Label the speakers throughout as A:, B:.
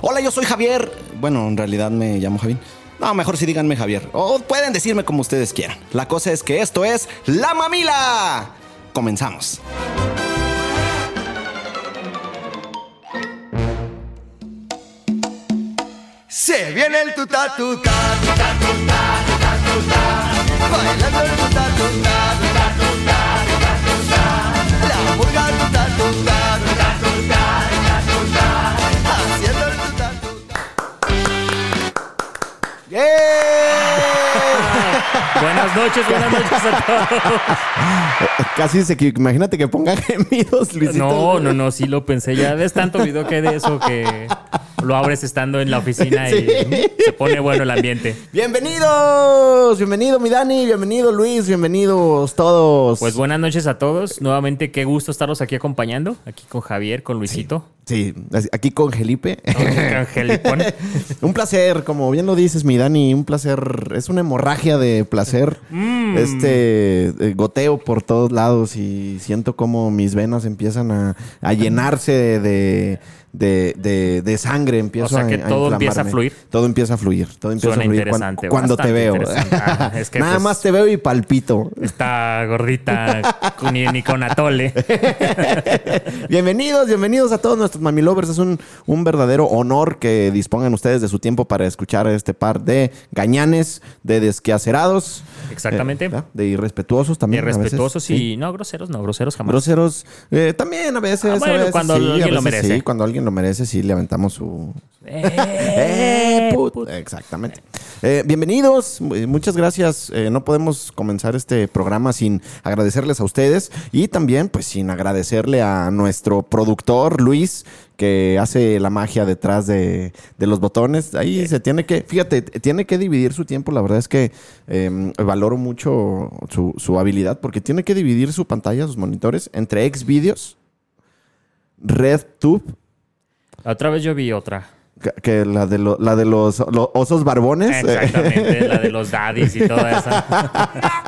A: Hola, yo soy Javier. Bueno, en realidad me llamo Javín. No, mejor sí díganme Javier. O pueden decirme como ustedes quieran. La cosa es que esto es La Mamila. Comenzamos.
B: Se viene el tuta tuta, tuta tuta, tuta tuta, bailando el tuta tuta, tuta tuta, tuta tuta, la burga tuta tuta, tuta tuta, tuta tuta, haciendo el tuta tuta.
C: Buenas noches, buenas noches a todos.
D: Casi se equivo- Imagínate que ponga gemidos, Luisito.
C: No, no, no, sí lo pensé. Ya es tanto video que hay de eso que lo abres estando en la oficina y
D: Sí.
C: se pone bueno el ambiente.
D: Bienvenidos, bienvenido mi Dani, bienvenido Luis, bienvenidos todos.
C: Pues buenas noches a todos. Nuevamente, qué gusto estarlos aquí acompañando. Aquí con Javier, con Luisito.
D: Sí, así- aquí con Felipe.
C: Con Gelipón.
D: un placer, como bien lo dices mi Dani, un placer, es una hemorragia de placer.
C: Mm.
D: Este eh, goteo por todos lados y siento como mis venas empiezan a, a llenarse de... de- de- de sangre empiezo
C: sea, que
D: a- a
C: todo empieza a
D: inflamarme.
C: fluir.
D: todo empieza a fluir todo empieza
C: Suena
D: a fluir cuan-
C: interesante,
D: cuando, te
C: bastante
D: veo
C: interesante. Ah, es que,
D: nada
C: pues,
D: más te veo y palpito
C: Esta gordita con- ni, ni con Atole.
D: Bienvenidos, bienvenidos a todos nuestros mamilovers. Es un, un verdadero honor que dispongan ustedes de su tiempo para escuchar este par de gañanes, de desquacerados.
C: Exactamente.
D: eh, ¿verdad? de irrespetuosos también. a veces.
C: Irrespetuosos
D: Sí.
C: y no groseros, no groseros jamás.
D: Groseros. eh, también a veces.
C: Ah, bueno,
D: a veces
C: cuando
D: sí, a
C: alguien lo
D: veces
C: merece.
D: Sí, cuando alguien lo merece, sí, le aventamos su.
C: Eh,
D: ¡Eh, put!
C: put-
D: Exactamente. Eh, bienvenidos, eh, muchas gracias. Eh, no podemos comenzar este programa sin agradecerles a ustedes y también, pues, sin agradecerle a nuestro productor Luis que hace la magia detrás de, de los botones. Ahí
C: Eh.
D: se tiene que, fíjate, t- tiene que dividir su tiempo. La verdad es que eh, valoro mucho su, su habilidad porque tiene que dividir su pantalla, sus monitores, entre Xvideos, RedTube
C: La Otra vez yo vi otra.
D: que- Que la de, lo- la de los, los osos barbones. eh,
C: Exactamente, la de los daddies y toda esa.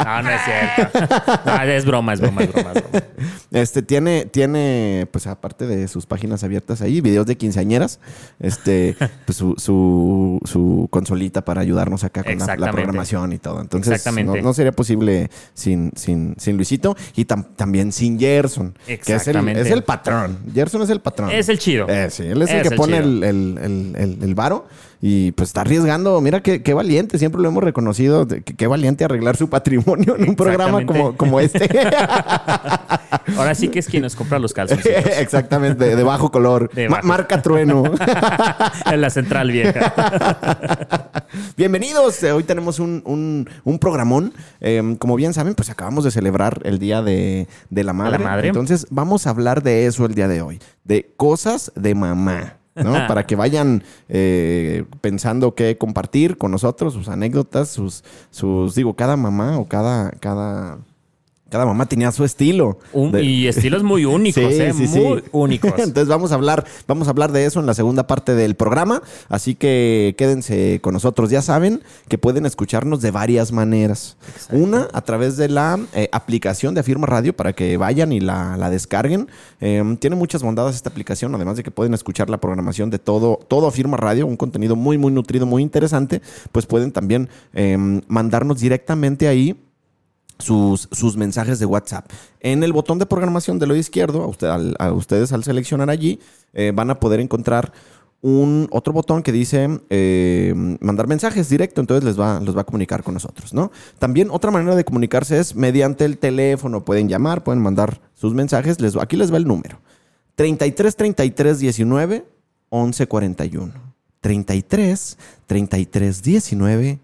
C: No, no es cierto. No, es broma, es broma, es broma. es broma.
D: Este tiene, tiene, pues aparte de sus páginas abiertas ahí, videos de quinceañeras, este, pues, su, su, su consolita para ayudarnos acá con la- la,
C: Exactamente.
D: programación y todo. Entonces,
C: Exactamente.
D: No, no sería posible sin, sin, sin Luisito y tam- también sin Gerson, que es el,
C: Exactamente.
D: es el patrón. Gerson es el patrón.
C: Es el chido.
D: Eh, sí, él es, el
C: Es
D: que
C: el
D: pone
C: chido.
D: el, el, el- el- el varo y pues está arriesgando. Mira qué, qué valiente, siempre lo hemos reconocido, de que- qué valiente arreglar su patrimonio en un programa como,
C: Exactamente.
D: como este.
C: Ahora sí que es quien nos compra los calzones.
D: Exactamente, de, de bajo color.
C: De
D: Ma-
C: bajo.
D: marca trueno.
C: En la central vieja.
D: Bienvenidos. eh, Hoy tenemos un, un- un programón. Eh, como bien saben, pues acabamos de celebrar el Día de, de la madre.
C: madre.
D: Entonces, vamos a hablar de eso el día de hoy. De cosas de mamá. ¿no? Para que vayan eh, pensando qué compartir con nosotros, sus anécdotas, sus, sus, digo, cada mamá o cada, cada, cada mamá tenía su estilo.
C: Un-
D: de-
C: y estilos muy únicos,
D: Sí,
C: ¿eh?
D: sí, sí.
C: muy únicos.
D: Entonces vamos a hablar, vamos a hablar de eso en la segunda parte del programa, así que quédense con nosotros. Ya saben que pueden escucharnos de varias maneras. Una a través de la eh, aplicación de Afirma Radio para que vayan y la, la descarguen. Eh, tiene muchas bondades esta aplicación, además de que pueden escuchar la programación de todo, todo Afirma Radio, un contenido muy, muy nutrido, muy interesante. Pues pueden también eh, mandarnos directamente ahí sus, sus mensajes de WhatsApp. En el botón de programación del lado izquierdo, a, usted- al- a ustedes al seleccionar allí, eh, van a poder encontrar un otro botón que dice eh, mandar mensajes directo, entonces les va, los va a comunicar con nosotros, ¿no? También otra manera de comunicarse es mediante el teléfono, pueden llamar, pueden mandar sus mensajes, les, va- aquí les va el número. 33 33 19 11 41. 33 33 19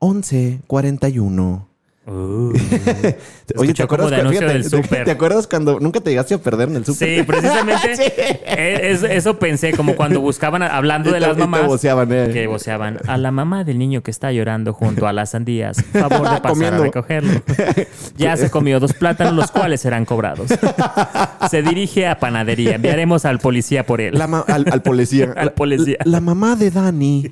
D: 11 41.
C: Uh.
D: Oye, ¿te
C: Escuchó como
D: acuerdas,
C: de
D: cu-
C: anuncio
D: fíjate,
C: del
D: ¿te-
C: súper.
D: ¿te acuerdas cuando nunca te llegaste a perder en el súper?
C: Sí, precisamente e- es- eso pensé, como cuando buscaban, a- hablando
D: Y
C: de
D: te-
C: las
D: y te
C: mamás,
D: voceaban, eh.
C: que voceaban a la mamá del niño que está llorando junto a las sandías, favor de pasar
D: Comiendo.
C: a recogerlo. Ya se comió dos plátanos, los cuales serán cobrados. Se dirige a panadería, enviaremos al policía por él.
D: La ma- al, al policía.
C: Al policía.
D: La, la mamá de Dani,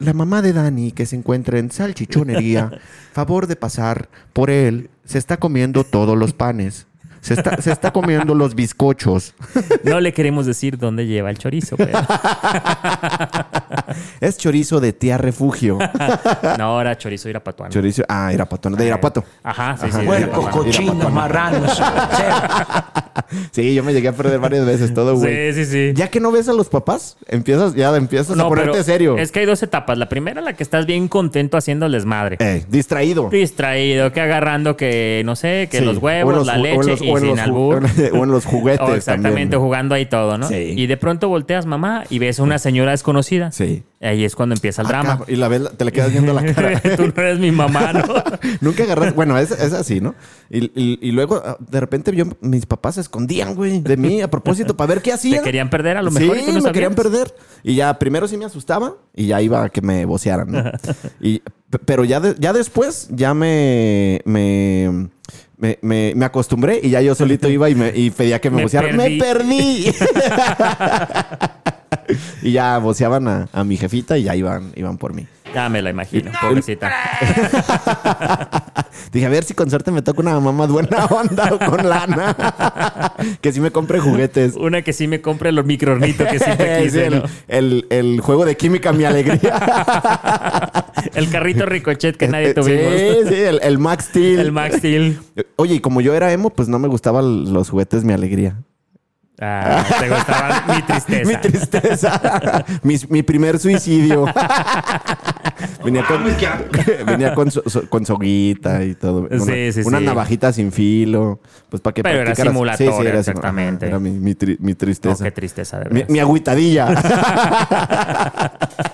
D: la mamá de Dani que se encuentra en salchichonería, favor de pasar por él, se está comiendo todos los panes. Se está, se está comiendo los bizcochos.
C: No le queremos decir dónde lleva el chorizo, pero.
D: Es chorizo de tía refugio.
C: No, era chorizo Irapuato.
D: Chorizo. Ah, Irapuato, de Irapuato.
C: Eh, Ajá, sí, sí. de
E: Puercos,
C: Irapuato.
E: cochinos, marranos.
D: Sí, yo me llegué a perder varias veces todo, güey.
C: Sí, sí, sí.
D: Ya que no ves a los papás, empiezas, ya empiezas a ponerte
C: pero
D: serio.
C: Es que hay dos etapas. La primera, la que estás bien contento haciéndoles madre.
D: Ey, Eh, distraído.
C: Distraído, que agarrando que, no sé, que
D: Sí.
C: los
D: O
C: huevos,
D: en los
C: la
D: ju- o en
C: leche
D: los-
C: y
D: o en
C: sin
D: los ju-
C: albur.
D: O en los juguetes
C: Oh, exactamente,
D: también.
C: jugando ahí todo, ¿no?
D: Sí.
C: Y de pronto volteas, mamá, y ves a una señora desconocida.
D: Sí.
C: Ahí es cuando empieza el
D: Ah,
C: drama.
D: cabrón, Y la ves, te le quedas viendo la cara.
C: Tú no eres mi mamá, ¿no?
D: Nunca agarras. Bueno, es, es así, ¿no? Y, y- y luego, ah, de repente, yo, mis papás se escondían, güey, de mí a propósito para ver qué hacían.
C: querían perder, a lo mejor, y
D: Sí,
C: tú no
D: me
C: sabías.
D: querían perder. Y ya primero sí me asustaba y ya iba a que me vocearan, ¿no? y, p- pero ya, de- ya después, ya me. me me, me- me acostumbré y ya yo solito iba y, me, y pedía que me,
C: Me
D: vocearan.
C: perdí.
D: ¡Me perdí! y ya voceaban a, a mi jefita y ya iban, iban por mí.
C: Ya me la imagino, pobrecita.
D: Dije, a ver si con suerte me toca una mamá buena onda o con lana. que sí me compre juguetes.
C: Una que sí me compre los microornitos que siempre
D: Sí,
C: quise,
D: el,
C: ¿no?
D: el- el juego de química, mi alegría.
C: El carrito ricochet que nadie
D: Eh,
C: tuvimos.
D: Sí, sí, el, el Max Steel.
C: El Max Steel.
D: Oye, y como yo era emo, pues no me gustaban los juguetes, mi alegría.
C: Ah, te gustaba mi tristeza.
D: Mi tristeza. mi, mi primer suicidio. venía con, venía con, so- so- con soguita y todo. Una,
C: Sí, sí,
D: una
C: sí.
D: navajita sin filo. Pues para que
C: Pero era
D: practicaras.
C: simulatorio,
D: era simu-
C: exactamente.
D: Era mi, mi tri- mi
C: No,
D: tristeza.
C: qué tristeza, de
D: mi,
C: verdad.
D: mi agüitadilla.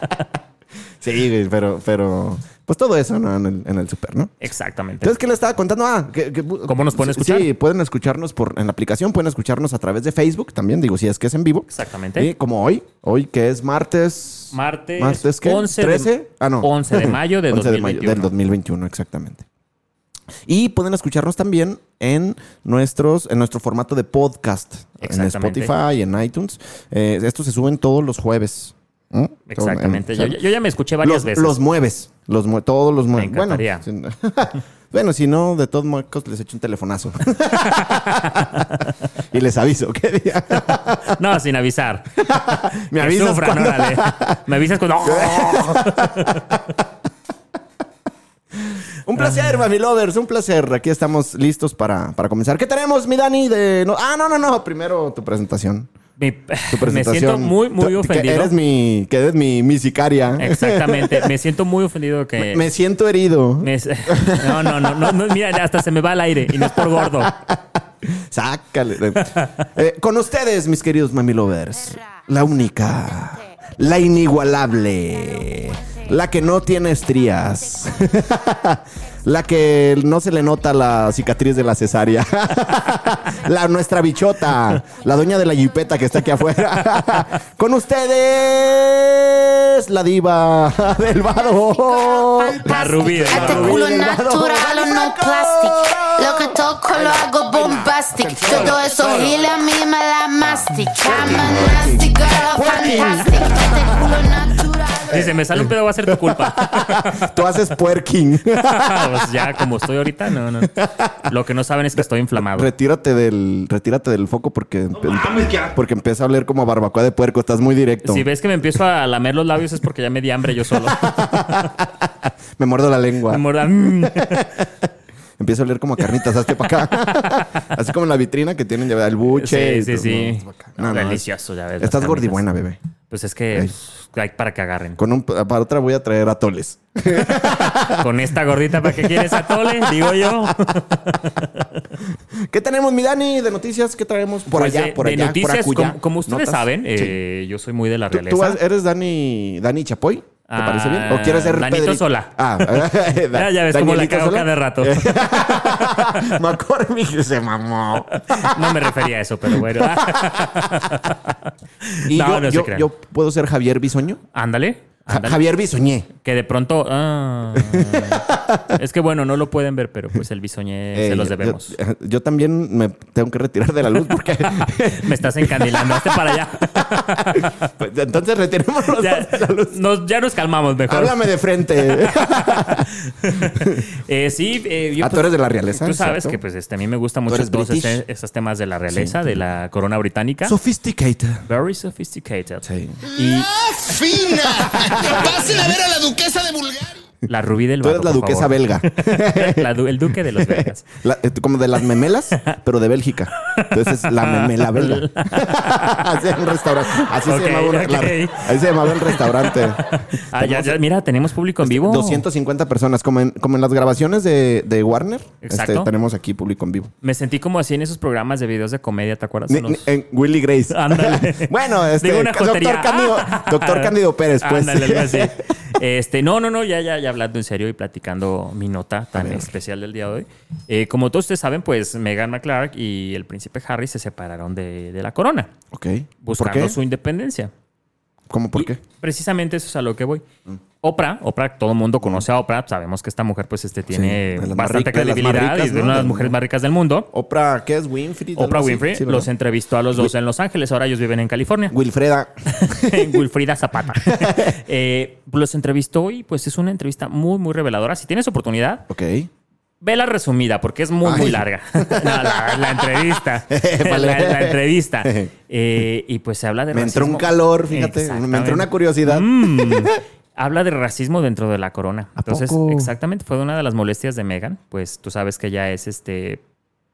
D: sí, güey, pero, pero. Pues todo eso, ¿no? En el, en el super, ¿no?
C: Exactamente.
D: Entonces, ¿qué le estaba contando? Ah, que- que-
C: ¿Cómo nos pueden
D: sí,
C: escuchar?
D: Sí, pueden escucharnos por, en la aplicación, pueden escucharnos a través de Facebook también, digo, si es que es en vivo.
C: Exactamente.
D: Y como hoy, hoy que es martes.
C: Martes,
D: ¿Martes qué?
C: 11 de-
D: ¿13? ah, no.
C: 11 de mayo de 2021.
D: del 2021, exactamente. Y pueden escucharnos también en, nuestros, en nuestro formato de podcast. En
C: Exactamente.
D: Spotify, en iTunes. Eh, estos se suben todos los jueves. ¿Mm?
C: Exactamente.
D: Todo-
C: Yo,
D: en-
C: yo ya me escuché varias
D: los,
C: veces.
D: los mueves. Los mue- todos los mueves. Bueno,
C: encantaría.
D: si no- bueno, si no, de todos modos les echo un telefonazo. y les aviso qué día.
C: No, sin avisar.
D: Me
C: Que
D: avisas
C: sufran,
D: cuando-
C: órale. Me avisas cuando.
D: Un placer, Mami Lovers, un placer. Aquí estamos listos para, para comenzar. ¿Qué tenemos, mi Dani? De... no- ah, no, no, no. Primero tu presentación.
C: Mi-
D: Tu
C: me
D: presentación.
C: siento muy,
D: Tú-
C: muy
D: Que
C: ofendido.
D: eres mi, que eres mi, mi sicaria.
C: Exactamente. Me siento muy ofendido que.
D: Me siento herido.
C: me- No, no, no, no, no, Mira, hasta se me va al aire y no es por gordo.
D: Sácale. Eh, con ustedes, mis queridos Mami Lovers. La única. La inigualable. La que no tiene estrías. La que no se le nota la cicatriz de la cesárea. La nuestra bichota. La doña de la jipeta que está aquí afuera. Con ustedes. La diva del vado.
C: La rubí, la
F: Este
C: rubí.
F: culo natural o no plastic. Lo que toco lo hago bombastic. Todo eso gila a mí me la mastic. I'm a nasty girl, fantastic. Este culo natural.
C: Si se me sale un pedo, va a ser tu culpa.
D: Tú haces puerking.
C: Pues ya, como estoy ahorita, no, no. Lo que no saben es que estoy inflamado.
D: Retírate del, retírate del foco porque, empe- porque empieza a oler como a barbacoa de puerco. Estás muy directo.
C: Si ves que me empiezo a lamer los labios es porque ya me di hambre yo solo.
D: Me muerdo la lengua.
C: Me muerda. mm.
D: empieza a oler como a carnitas. Hazte para acá. Así como en la vitrina que tienen, ya ves, el buche.
C: Sí,
D: y
C: sí, sí.
D: todo, no, hazte pa' acá.
C: No,
D: No, no, es-
C: Delicioso, ya ves. las
D: Estás
C: carnitas.
D: gordibuena, bebé.
C: Pues es que pues, hay para que agarren.
D: Con un, para otra voy a traer atoles.
C: Con esta gordita, ¿para qué quieres atole? Digo yo.
D: ¿Qué tenemos, mi Dani? ¿De noticias? ¿Qué traemos? Por
C: Pues
D: allá,
C: de-
D: por
C: de
D: allá,
C: noticias,
D: por acullá.
C: como, como ustedes
D: ¿Notas?
C: saben,
D: Sí.
C: eh, yo soy muy de la
D: ¿Tú, eh,
C: realeza.
D: tú eres Dani, Dani Chapoy? ¿Te
C: Ah,
D: parece bien? ¿O quieres ser
C: Danito
D: Pedrito?
C: Sola.
D: Ah,
C: Ya, ya ves cómo la cago cada rato.
D: McCormick se mamó.
C: No me refería a eso, pero bueno. Ah,
D: Y
C: No,
D: yo,
C: no se
D: yo,
C: crean.
D: yo puedo ser Javier Bisoño.
C: Ándale.
D: Ja-
C: Ándale.
D: Javier Bisoñé.
C: Que de pronto. ah. es que bueno, no lo pueden ver, pero pues el bisoñé
D: Eh,
C: se los
D: yo-
C: debemos.
D: Yo, yo también me tengo que retirar de la luz porque.
C: Me estás encandilando, hazte para allá.
D: Pues, Entonces retiremos los
C: Ya
D: dos de la luz.
C: nos, ya nos calmamos mejor.
D: Háblame de frente.
C: Eh, sí, eh, yo
D: Ah, tú eres de la realeza,
C: Tú sabes
D: exacto.
C: que pues este, a mí me gusta mucho
D: eres
C: todos
D: british.
C: esos temas de la realeza, de la corona británica.
D: Sophisticated.
C: Very sophisticated.
D: Sí.
C: Y
E: ¡Ah, fina! ¡Pasen a ver a la duquesa de Bulgaria!
C: la rubí del
D: Tú eres
C: Vago,
D: la
C: por
D: duquesa
C: favor.
D: belga.
C: La du- el duque de los belgas.
D: La- eh, como de las memelas, pero de Bélgica. Entonces, la memela belga. Así era un restaurante. Así
C: Ok,
D: se llamaba un- la-
C: ok.
D: ahí se llamaba el restaurante.
C: Ah, ya, ya, mira, tenemos público
D: este,
C: en vivo.
D: 250 personas, como en, como en las grabaciones de, de Warner.
C: Exacto.
D: este, tenemos aquí público en vivo.
C: Me sentí como así en esos programas de videos de comedia, ¿te acuerdas?
D: Ni- eh,
C: Unos-
D: ni- en Willy Grace.
C: Ah, Ándale.
D: bueno, este,
C: Digo una
D: doctor,
C: jotería.
D: Cándido, doctor Cándido Pérez, pues.
C: Ándale, algo así. Este, no, no, no, ya, ya, ya hablando en serio y platicando mi nota tan especial del día de hoy. Eh, como todos ustedes saben, pues Meghan McClark y el príncipe Harry se separaron de, de la corona,
D: ok. ¿Por
C: buscando
D: qué?
C: su independencia.
D: ¿Cómo por
C: Y
D: qué?
C: Precisamente eso es a lo que voy.
D: Mm.
C: Oprah, Oprah, todo el mundo conoce a Oprah, sabemos que esta mujer pues este tiene
D: de las más
C: bastante
D: ricas, de las más
C: credibilidad
D: ricas,
C: y de
D: ¿no?
C: una de las
D: Del
C: mujeres
D: mundo.
C: más ricas del mundo.
D: Oprah, ¿qué es Winfrey?
C: Oprah Winfrey los
D: los
C: entrevistó a los dos en Los Ángeles, ahora ellos viven en California.
D: Wilfreda.
C: en Wilfrida Zapata. Eh, los entrevistó y pues es una entrevista muy, muy reveladora. Si tienes oportunidad,
D: Ok.
C: vela resumida porque es muy, muy
D: Ay.
C: larga. No, la, la entrevista. la,
D: Vale.
C: la entrevista. Eh, y pues se habla de
D: Me entró un
C: racismo.
D: calor, fíjate. Me entró una
C: Exactamente.
D: curiosidad.
C: Mm. Habla de racismo dentro de la corona. Entonces,
D: poco?
C: exactamente, fue una de las molestias de Megan. Pues tú sabes que ella es este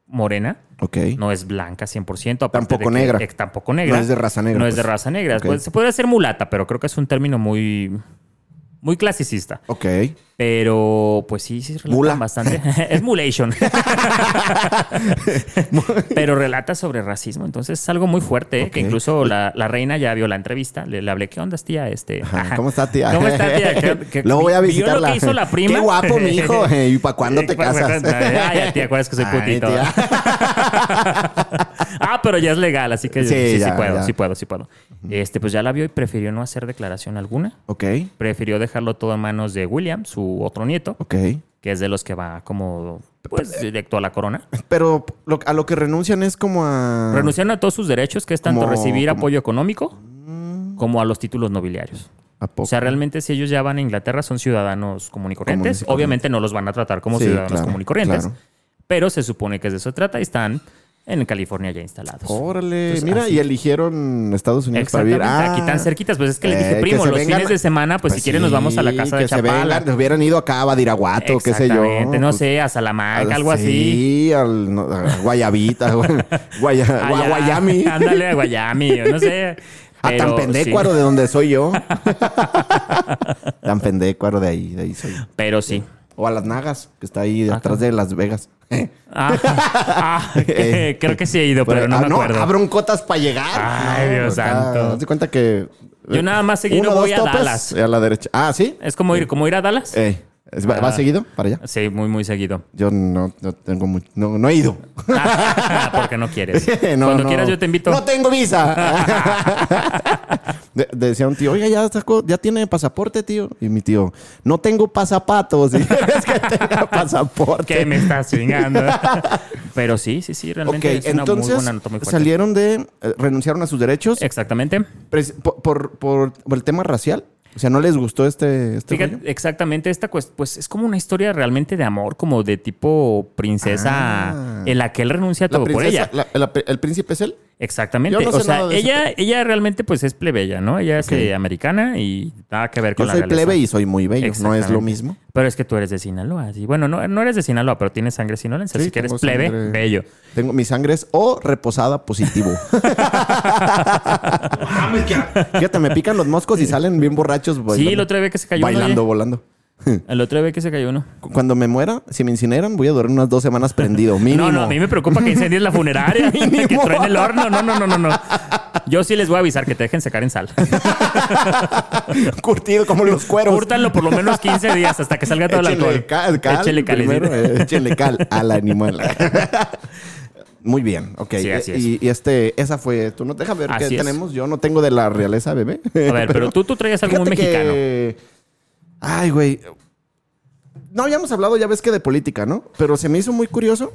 C: morena.
D: Ok.
C: No es blanca 100%. aparte
D: Tampoco
C: de que-
D: negra.
C: eh, tampoco negra.
D: No es de raza negra,
C: No es de
D: pues.
C: raza negra.
D: Ok.
C: Pues, se puede hacer mulata, pero creo que es un término muy, muy clasicista.
D: Ok.
C: Pero pues sí, sí relata
D: Mula.
C: bastante. es mulation. pero relata sobre racismo. Entonces es algo muy fuerte, ¿eh? que
D: Ok.
C: incluso la, la reina ya vio la entrevista. Le, le hablé, ¿qué onda, tía? Este,
D: Ajá.
C: ajá.
D: ¿Cómo está, tía?
C: ¿Cómo está, tía? ¿Qué- qué-
D: Luego voy a
C: vio
D: visitarla.
C: lo que hizo la prima?
D: Qué guapo, mi hijo. Eh, ¿Y para cuándo te
C: Eh, pues,
D: casas?
C: Ay, ya, tía, acuerdas que soy
D: Ay,
C: putito.
D: tía.
C: ah, pero ya es legal, así que
D: Sí,
C: sí, sí,
D: ya,
C: puedo,
D: ya.
C: sí puedo, sí puedo. Este, pues ya la vio y prefirió no hacer declaración alguna.
D: ok.
C: Prefirió dejarlo todo en manos de William, su otro nieto,
D: Ok.
C: que es de los que va como pues directo a la corona.
D: Pero lo- a lo que renuncian es como a.
C: Renunciaron a todos sus derechos, que es tanto
D: Como-
C: recibir
D: como- Mm.
C: apoyo económico como a los títulos nobiliarios.
D: ¿A poco?
C: O sea, realmente si ellos ya van a Inglaterra son ciudadanos común y corrientes.
D: Común y
C: Obviamente no los van a tratar como
D: Sí,
C: ciudadanos
D: claro,
C: común y corrientes.
D: claro.
C: Pero se supone que de eso se trata y están en California ya instalados.
D: Órale.
C: Entonces,
D: mira,
C: Pues, así.
D: y eligieron Estados Unidos para
C: Exactamente,
D: vivir. Ah.
C: aquí tan cerquitas. Pues es que les
D: Eh,
C: dije,
D: que
C: primo,
D: se
C: los
D: vengan-
C: fines de semana, pues, si quieren nos vamos a la
D: sí,
C: casa de
D: que se
C: Chapala.
D: vengan, hubieran ido acá a Badiraguato, qué sé yo.
C: Exactamente, no
D: Pues,
C: sé, a Salamanca,
D: al-
C: algo así.
D: Sí, al, no, a Guayabita, Guaya,
C: Allá,
D: a Guayami. Ah,
C: Ándale, a Guayami, o no sé.
D: A
C: Pero,
D: Tampendécuaro,
C: sí,
D: de donde soy yo. Tampendécuaro, de ahí, de ahí soy. yo.
C: Pero sí.
D: O a Las Nagas, que está ahí detrás de Las Vegas.
C: Ah, ah, que- creo que sí he ido, pero no
D: Eh, ah,
C: me acuerdo.
D: No, abro cotas para llegar.
C: Ay,
D: No,
C: Dios
D: acá,
C: santo.
D: Haz de cuenta que... eh,
C: Yo nada más seguido
D: uno, dos
C: voy a
D: topes
C: Dallas.
D: y a la derecha. Ah, ¿sí? Eh.
C: Es como ir, como ir a Dallas.
D: Ey, ¿es- ¿va-
C: Ah.
D: ¿Vas seguido para allá?
C: Sí, muy, muy seguido.
D: Yo no, no tengo mucho... No, no he ido.
C: Porque no quieres.
D: No,
C: Cuando
D: no.
C: quieras yo te invito.
D: No tengo visa. De- decía un tío, oiga, ya sacó, ya tiene pasaporte, tío. Y mi tío, no tengo pasapatos. Y es que tenga pasaporte.
C: que me estás chingando. Pero sí, sí, sí,
D: Ok,
C: realmente es una muy
D: entonces
C: buena nota muy fuerte. Eh.
D: salieron de, eh, renunciaron a sus derechos
C: Exactamente.
D: pres- por, por- por- por el tema racial. O sea, ¿no les gustó este, este
C: Fíjate,
D: rollo?
C: exactamente. Esta pues, pues es como una historia realmente de amor, como de tipo princesa,
D: Ah.
C: en la que él renuncia a
D: La
C: todo por
D: princesa-
C: ella.
D: la- la- ¿El príncipe es él?
C: Exactamente.
D: Yo no
C: o
D: sé
C: sea,
D: nada de eso,
C: ella, ella realmente pues es plebeya, ¿no? Ella es
D: Ok.
C: eh, americana y nada que ver
D: Yo
C: con
D: soy
C: la realeza.
D: plebe y soy muy bello. ¿No es lo
C: Exactamente.
D: mismo?
C: Pero es que tú eres de Sinaloa. sí. Bueno, no, no eres de Sinaloa, pero tienes sangre sinolense.
D: Sí,
C: así que eres
D: tengo
C: plebe,
D: sangre-
C: bello.
D: Tengo, mi sangre es O reposada positivo. Fíjate, me pican los moscos y salen bien borrachos.
C: Sí, el otro día que se cayó uno,
D: Bailando,
C: oye.
D: volando.
C: El otro día que se cayó uno.
D: Cu- Cuando me muera, si me incineran, voy a durar unas dos semanas prendido. Mínimo.
C: No, no, a mí me preocupa que incendies la funeraria, que
D: Mínimo.
C: truene el horno. No, no, no, no, no. Yo sí les voy a avisar que te dejen secar en sal.
D: Curtido como los cueros.
C: Húrtanlo por lo menos 15 días hasta que salga todo el
D: Échenle
C: alcohol.
D: eh, cal, cal
C: Échele calecita.
D: primero, eh, échenle cal al animal. Muy bien, ok.
C: Sí, así
D: Eh,
C: es.
D: y, y este, esa fue tú no Déjame ver
C: Así
D: qué
C: es.
D: tenemos. Yo no tengo de la realeza, bebé. A
C: pero tú- tú traías algo muy
D: Ay, güey. No habíamos hablado, ya ves que de política, ¿no? Pero se me hizo muy curioso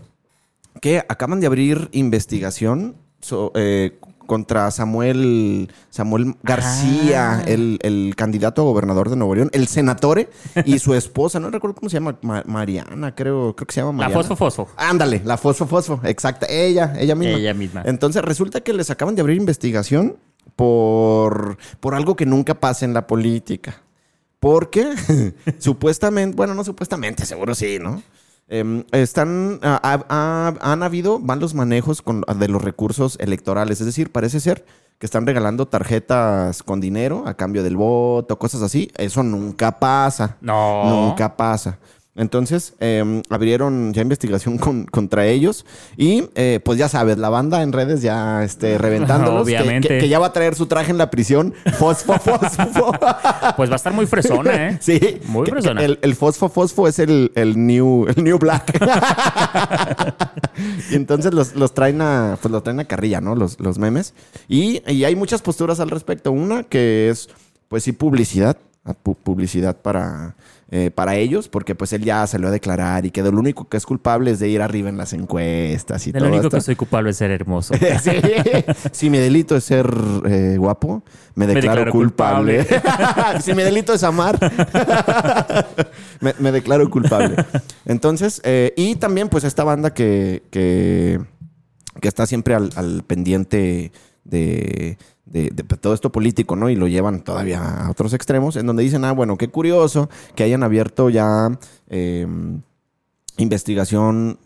D: que acaban de abrir investigación so- eh, contra Samuel Samuel
C: Ah.
D: García, el, el candidato a gobernador de Nuevo León, el senatore y su esposa, no recuerdo cómo se llama, Ma- Mariana, creo, creo que se llama
C: La
D: Mariana.
C: fosfo fosfo.
D: Ándale, la Fosfo Fosfo, exacta. Ella, ella misma.
C: Ella misma.
D: Entonces resulta que les acaban de abrir investigación por, por algo que nunca pasa en la política. Porque supuestamente, bueno, no supuestamente, seguro sí, ¿no? Em, están, ah, ah, ah, han habido malos manejos con, de los recursos electorales. Es decir, parece ser que están regalando tarjetas con dinero a cambio del voto, cosas así. Eso nunca pasa.
C: No.
D: Nunca pasa. Entonces, eh, abrieron ya investigación con- contra ellos y eh, pues ya sabes, la banda en redes ya este, reventándolos. que- que- Que,
C: Obviamente.
D: ya va a traer su traje en la prisión. Fosfo, fosfo.
C: Pues va a estar muy fresona, ¿eh?
D: sí.
C: Muy
D: Que- que
C: fresona.
D: El, el fosfo, fosfo es el, el new, el new black. y entonces los, los traen a, pues los traen a carrilla, ¿no? Los, los memes. Y, y hay muchas posturas al respecto. Una que es, pues sí, publicidad. a pu- Publicidad para, eh, para ellos, porque pues él ya salió a declarar y quedó lo único que es culpable es de ir arriba en las encuestas y
C: De lo
D: todo
C: único
D: esto.
C: que soy culpable es ser hermoso.
D: Sí. Si mi delito es ser eh, guapo, me declaro,
C: declaro
D: culpable. si mi delito es amar, me, me declaro culpable. Entonces, eh, y también pues esta banda que, que, que está siempre al, al pendiente de, de- de todo esto político, ¿no? Y lo llevan todavía a otros extremos, en donde dicen, ah, bueno, qué curioso que hayan abierto ya eh, investigación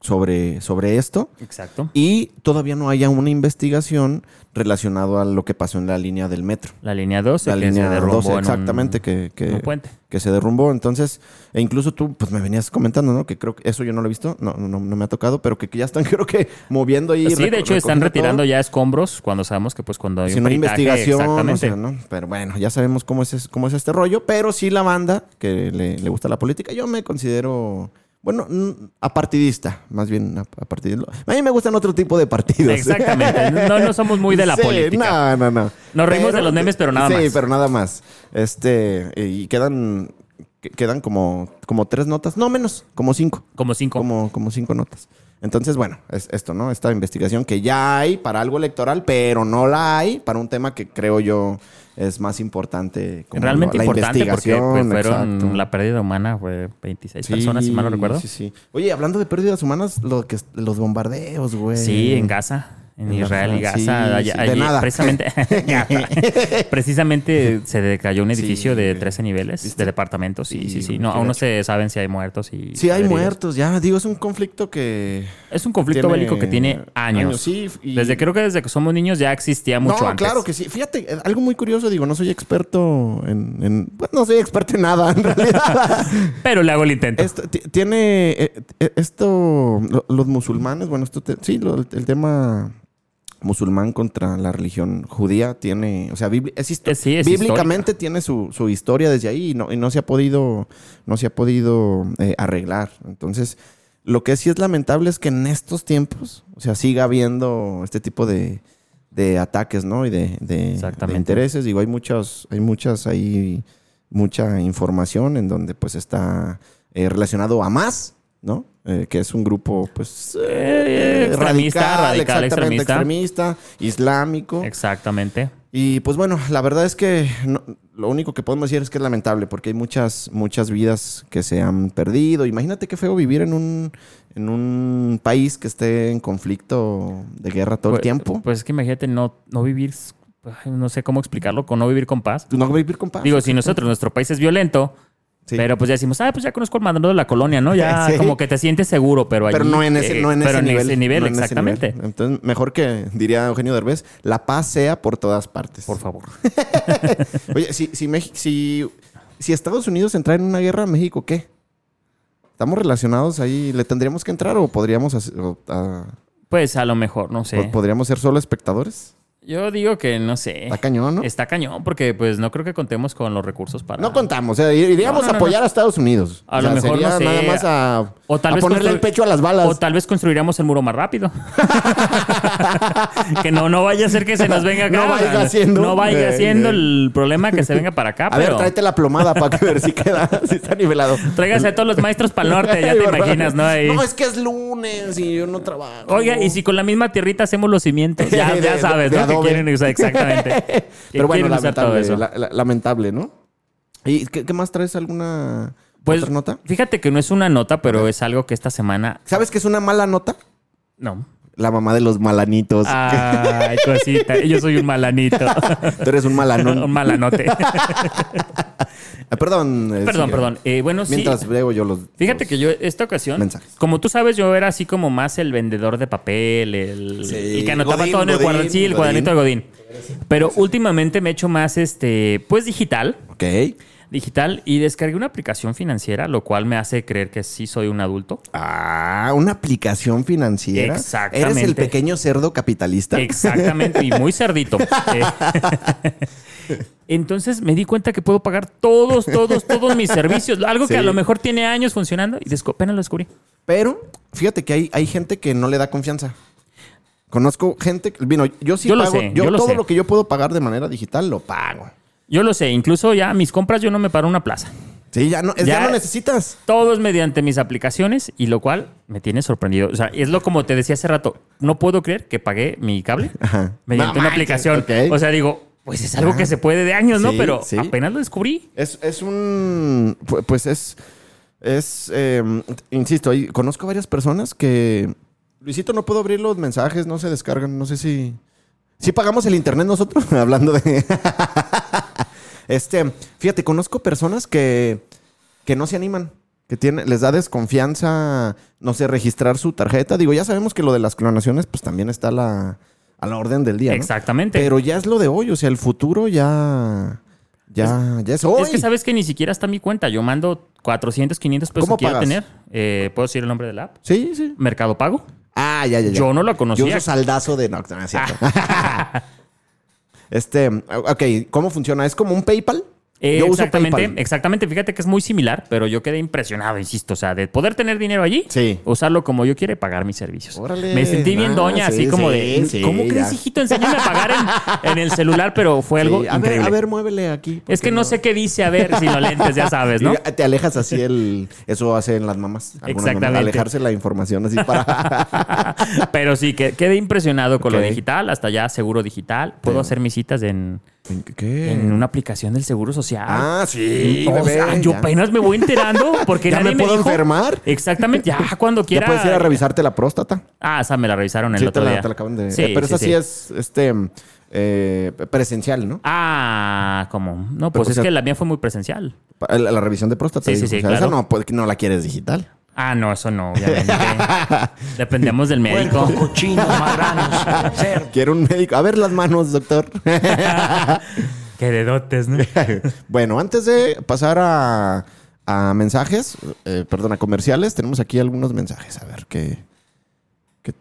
D: sobre, sobre esto.
C: Exacto.
D: Y todavía no haya una investigación relacionada a lo que pasó en la línea del metro.
C: La línea 12,
D: La
C: que se
D: línea
C: derrumbó
D: 12,
C: en un-
D: exactamente, que, que-
C: en un puente.
D: que se derrumbó. Entonces, e incluso tú, pues me venías comentando, ¿no? Que creo que eso yo no lo he visto, no, no, no me ha tocado, pero que, que ya están, creo que moviendo ahí.
C: Pues Sí, de
D: reco-
C: hecho están
D: recogiendo
C: retirando
D: todo.
C: ya escombros cuando sabemos que pues cuando hay
D: Si no hay
C: peritaje,
D: investigación, o
C: exactamente.
D: sea, ¿no? Pero bueno, ya sabemos cómo es, es- cómo es este rollo. Pero sí la banda que le, le gusta la política, yo me considero, bueno, mm, apartidista, más bien ap- apartidista. A mí me gustan otro tipo de partidos. ¿eh?
C: Exactamente. No, no somos muy de la
D: Sí,
C: política.
D: No, no, no.
C: Nos reímos de los memes, pero nada
D: Sí,
C: más.
D: pero nada más. Este, y quedan, que- quedan como, como tres notas, no menos, como cinco.
C: Como cinco.
D: Como, como cinco notas. Entonces, bueno, es esto, ¿no? Esta investigación que ya hay para algo electoral, pero no la hay para un tema que creo yo es más importante. como
C: Realmente
D: la
C: importante porque pues,
D: investigación,
C: fueron
D: exacto.
C: la pérdida humana fue 26
D: Sí,
C: personas, si mal no recuerdo.
D: Sí,
C: Sí,
D: sí. Oye, hablando de pérdidas humanas, lo que, los bombardeos, güey.
C: en Gaza. En
D: En
C: Israel y
D: Gaza, sí,
C: Gaza, allá-
D: sí, de
C: allí,
D: nada.
C: precisamente, precisamente se decayó un
D: Sí,
C: edificio de
D: güey.
C: 13 niveles de departamentos. Sí,
D: Sí,
C: sí, sí.
D: güey,
C: No,
D: qué
C: aún no
D: gacho.
C: se saben si hay muertos. Y
D: Sí, hay
C: heridos.
D: muertos, ya. Digo, es un conflicto que.
C: Es un conflicto
D: Tiene
C: bélico que tiene años.
D: años, sí, y-
C: Desde creo que desde que somos niños ya existía mucho
D: no,
C: antes.
D: claro que sí. Fíjate, eh, algo muy curioso, digo, no soy experto en. en- pues no soy experto en nada, en realidad.
C: Pero le hago el intento.
D: esto, ti- tiene. eh, eh, esto. lo- los musulmanes, bueno, esto. te- sí, lo- el tema musulmán contra la religión judía tiene, o sea, bibli- es histo-
C: Eh, sí, es
D: bíblicamente tiene su, su historia desde ahí y no, y no se ha podido, no se ha podido eh, arreglar. Entonces, lo que sí es lamentable es que en estos tiempos, o sea, siga habiendo este tipo de, de ataques, ¿no? Y de, de- de
C: Exactamente.
D: intereses. Digo, hay muchos, hay muchas ahí, mucha información en donde pues está eh, relacionado a más, ¿no? Eh, que es un grupo, pues,
C: Eh, extremista, radical,
D: exactamente,
C: extremista.
D: extremista, islámico.
C: Exactamente.
D: Y pues bueno, la verdad es que no- lo único que podemos decir es que es lamentable porque hay muchas, muchas vidas que se han perdido. Imagínate qué feo vivir en un, en un país que esté en conflicto de guerra todo
C: Pues-
D: el tiempo.
C: Pues es que imagínate no, no vivir, ay, no sé cómo explicarlo, con no vivir con paz.
D: no vivir con paz.
C: Digo, si nosotros, nuestro país es violento,
D: Sí.
C: pero pues ya decimos, ah, pues ya conozco el mandando de la colonia, ¿no? Ya
D: Sí.
C: como que te sientes seguro, pero allí...
D: pero no en ese,
C: eh,
D: no en
C: pero
D: ese nivel. no en ese
C: exactamente.
D: nivel. Entonces, mejor que diría Eugenio Derbez, la paz sea por todas partes.
C: Por favor.
D: Oye, si, si, Mex- si, si Estados Unidos entra en una guerra, ¿México qué? ¿Estamos relacionados ahí? ¿Le tendríamos que entrar o podríamos hacer- o, ah,
C: Pues a lo mejor, no sé.
D: po- podríamos ser solo espectadores?
C: Yo digo que no sé.
D: Está cañón, ¿no?
C: Está cañón, porque pues no creo que contemos con los recursos para.
D: No contamos, o sea, iríamos
C: No, no,
D: a
C: no,
D: apoyar
C: no.
D: a Estados Unidos.
C: A
D: O
C: lo
D: sea,
C: mejor
D: sería
C: no sé.
D: nada más a,
C: o tal
D: a
C: vez
D: ponerle
C: constru-
D: el pecho a las balas.
C: O tal vez construiríamos el muro más rápido. que no, no vaya a ser que se nos venga acá.
D: No vaya haciendo.
C: No vaya
D: Eh,
C: haciendo
D: eh.
C: el problema que se venga para acá.
D: a
C: pero
D: ver, tráete la plomada para que ver si queda, si está nivelado.
C: Tráigase a todos los maestros para el norte, ya te imaginas, ¿no? Ahí.
D: No, es que es lunes y yo no trabajo.
C: Oiga, y si con la misma tierrita hacemos los cimientos, ya,
D: De-
C: ya
D: de-
C: sabes,
D: de
C: ¿no? Que
D: adobe.
C: quieren usar, exactamente. Que
D: Pero bueno,
C: quieren usar todo
D: lamentable,
C: eso.
D: la- la- lamentable, ¿no? ¿Y qué, qué más traes? ¿Alguna
C: Pues,
D: otra nota?
C: fíjate que no es una nota, pero es algo que esta semana.
D: ¿Sabes que es una mala nota?
C: No.
D: La mamá de los malanitos.
C: Ah. Ay, cosita. Yo soy un malanito.
D: Tú eres un malanón.
C: un malanote.
D: Ah, perdón. eh,
C: perdón,
D: sigue.
C: perdón. Eh, bueno, sí.
D: Mientras veo yo los.
C: Fíjate
D: los-
C: que yo, esta ocasión,
D: mensajes.
C: como tú sabes, yo era así como más el vendedor de papel, el,
D: Sí.
C: el que anotaba
D: Godín,
C: todo en el
D: Godín,
C: cuadernillo, el
D: Godín.
C: cuadernito de Godín. Pero últimamente me he hecho más, este, pues digital,
D: Ok.
C: digital, y descargué una aplicación financiera, lo cual me hace creer que sí soy un adulto.
D: Ah, una aplicación financiera.
C: Exactamente. Eh.
D: Eres el pequeño cerdo capitalista.
C: Exactamente, y muy cerdito. Eh, Entonces me di cuenta que puedo pagar todos, todos, todos mis servicios. Algo que a
D: Sí.
C: lo mejor tiene años funcionando y desco- apenas lo descubrí.
D: Pero fíjate que hay, hay gente que no le da confianza. Conozco gente. que- Vino, yo sí
C: Yo lo
D: pago.
C: sé, yo lo
D: todo
C: sé.
D: lo que yo puedo pagar de manera digital lo pago.
C: Yo lo sé, incluso ya mis compras yo no me paro en una plaza.
D: Sí, ya no, es- ya
C: Ya-
D: no necesitas.
C: Todos mediante mis aplicaciones y lo cual me tiene sorprendido. O sea, es lo como te decía hace rato, no puedo creer que pagué mi cable
D: Ajá.
C: mediante
D: No
C: una
D: manches,
C: aplicación.
D: ok.
C: O sea, digo, pues es algo que se puede de años, ¿no?
D: Sí,
C: Pero
D: sí.
C: apenas lo descubrí.
D: Es, es un. pu- Pues es. Es. eh, insisto, hay- conozco varias personas que. Luisito, no puedo abrir los mensajes, no se descargan, no sé si. ¿Sí pagamos el internet nosotros? Hablando de. este. Fíjate, conozco personas que. que no se animan. Que tienen, les da desconfianza, no sé, registrar su tarjeta. Digo, ya sabemos que lo de las clonaciones, pues también está a la, a la orden del día. ¿no?
C: Exactamente.
D: Pero ya es lo de hoy, o sea, el futuro ya. Ya, ya es hoy.
C: Es que sabes que ni siquiera está mi cuenta. Yo mando 400, 500 pesos
D: ¿Cómo
C: que quiero
D: pagas?
C: tener. Eh, ¿Puedo decir el nombre de la app?
D: Sí, sí.
C: Mercado Pago.
D: Ah, ya, ya, ya.
C: Yo no lo
D: Yo
C: conocía.
D: uso saldazo de. No, no es cierto. este, ok, ¿cómo funciona? ¿Es como un PayPal?
C: Eh,
D: Yo uso
C: exactamente,
D: PayPal.
C: exactamente. Fíjate que es muy similar, pero yo quedé impresionado, insisto. O sea, de poder tener dinero allí,
D: Sí.
C: usarlo como yo quiera y pagar mis servicios.
D: Órale.
C: Me sentí bien
D: Ah,
C: doña,
D: sí,
C: así como
D: sí,
C: de.
D: sí,
C: ¿Cómo
D: ya.
C: crees, hijito? Enséñame a pagar en, en el celular, pero fue algo
D: Sí, Eh, a, ver,
C: increíble.
D: a ver, muévele aquí.
C: es que no, sé qué dice, a ver, si no lentes, ya sabes,
D: Y
C: ¿no?
D: Te alejas así el. Eso hacen las mamás. algunas mamás,
C: Exactamente.
D: Alejarse la información así para.
C: Pero sí, que, quedé impresionado con
D: Ok.
C: lo digital, hasta ya seguro digital. Puedo
D: Sí.
C: hacer mis citas en,
D: ¿Qué?
C: en una aplicación del Seguro Social.
D: Ah, sí.
C: O
D: bebé,
C: sea, yo
D: ya.
C: apenas me voy enterando porque
D: ¿Ya
C: nadie
D: me puedo
C: dijo.
D: enfermar?
C: Exactamente, ya cuando
D: Ya
C: quiera.
D: puedes ir a revisarte la próstata.
C: Ah, esa me la revisaron eh, el
D: Sí, te
C: otro
D: la,
C: día.
D: te la acaban de.
C: Sí,
D: eh, pero
C: sí,
D: esa sí,
C: sí.
D: es este eh, presencial, ¿no?
C: Ah, ¿cómo? No,
D: Pero,
C: pues
D: o
C: es
D: sea-
C: que la mía fue muy presencial.
D: Pa- La, la revisión de próstata.
C: Sí, sí,
D: digo.
C: sí,
D: o sea, esa
C: claro.
D: no, puede- no la quieres digital.
C: Ah, no, eso no, obviamente. Dependemos del médico.
D: Quiero un médico. A ver las manos, doctor.
C: Qué dedotes, ¿no?
D: bueno, antes de pasar a, a mensajes, eh, perdón, a comerciales, tenemos aquí algunos mensajes. A ver qué. qué-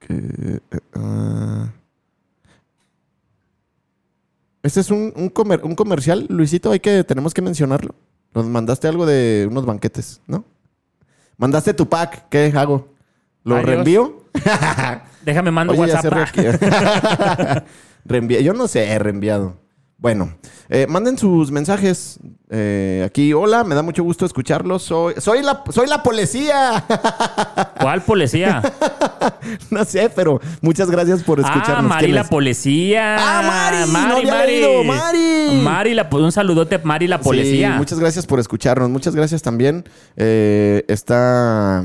D: qué, eh, ah. Este es un, un comer- un comercial, Luisito, hay que, tenemos que mencionarlo. Nos mandaste algo de unos banquetes, ¿no? Mandaste tu pack, ¿qué hago? ¿Lo
C: Adiós.
D: reenvío?
C: Déjame mando
D: Oye, ya
C: WhatsApp.
D: cerré aquí. Reenvía- Yo no sé, reenviado. Bueno, eh, manden sus mensajes eh, aquí. Hola, me da mucho gusto escucharlos. Soy, soy, la, soy la policía.
C: ¿Cuál policía?
D: no sé, pero muchas gracias por
C: Ah,
D: escucharnos.
C: Mari
D: ¿Quién
C: la
D: es?
C: policía.
D: Ah, Mari, no había leído, Mari.
C: Mari la, po- un saludote a Mari la
D: Sí,
C: policía.
D: muchas gracias por escucharnos. Muchas gracias también. Eh, está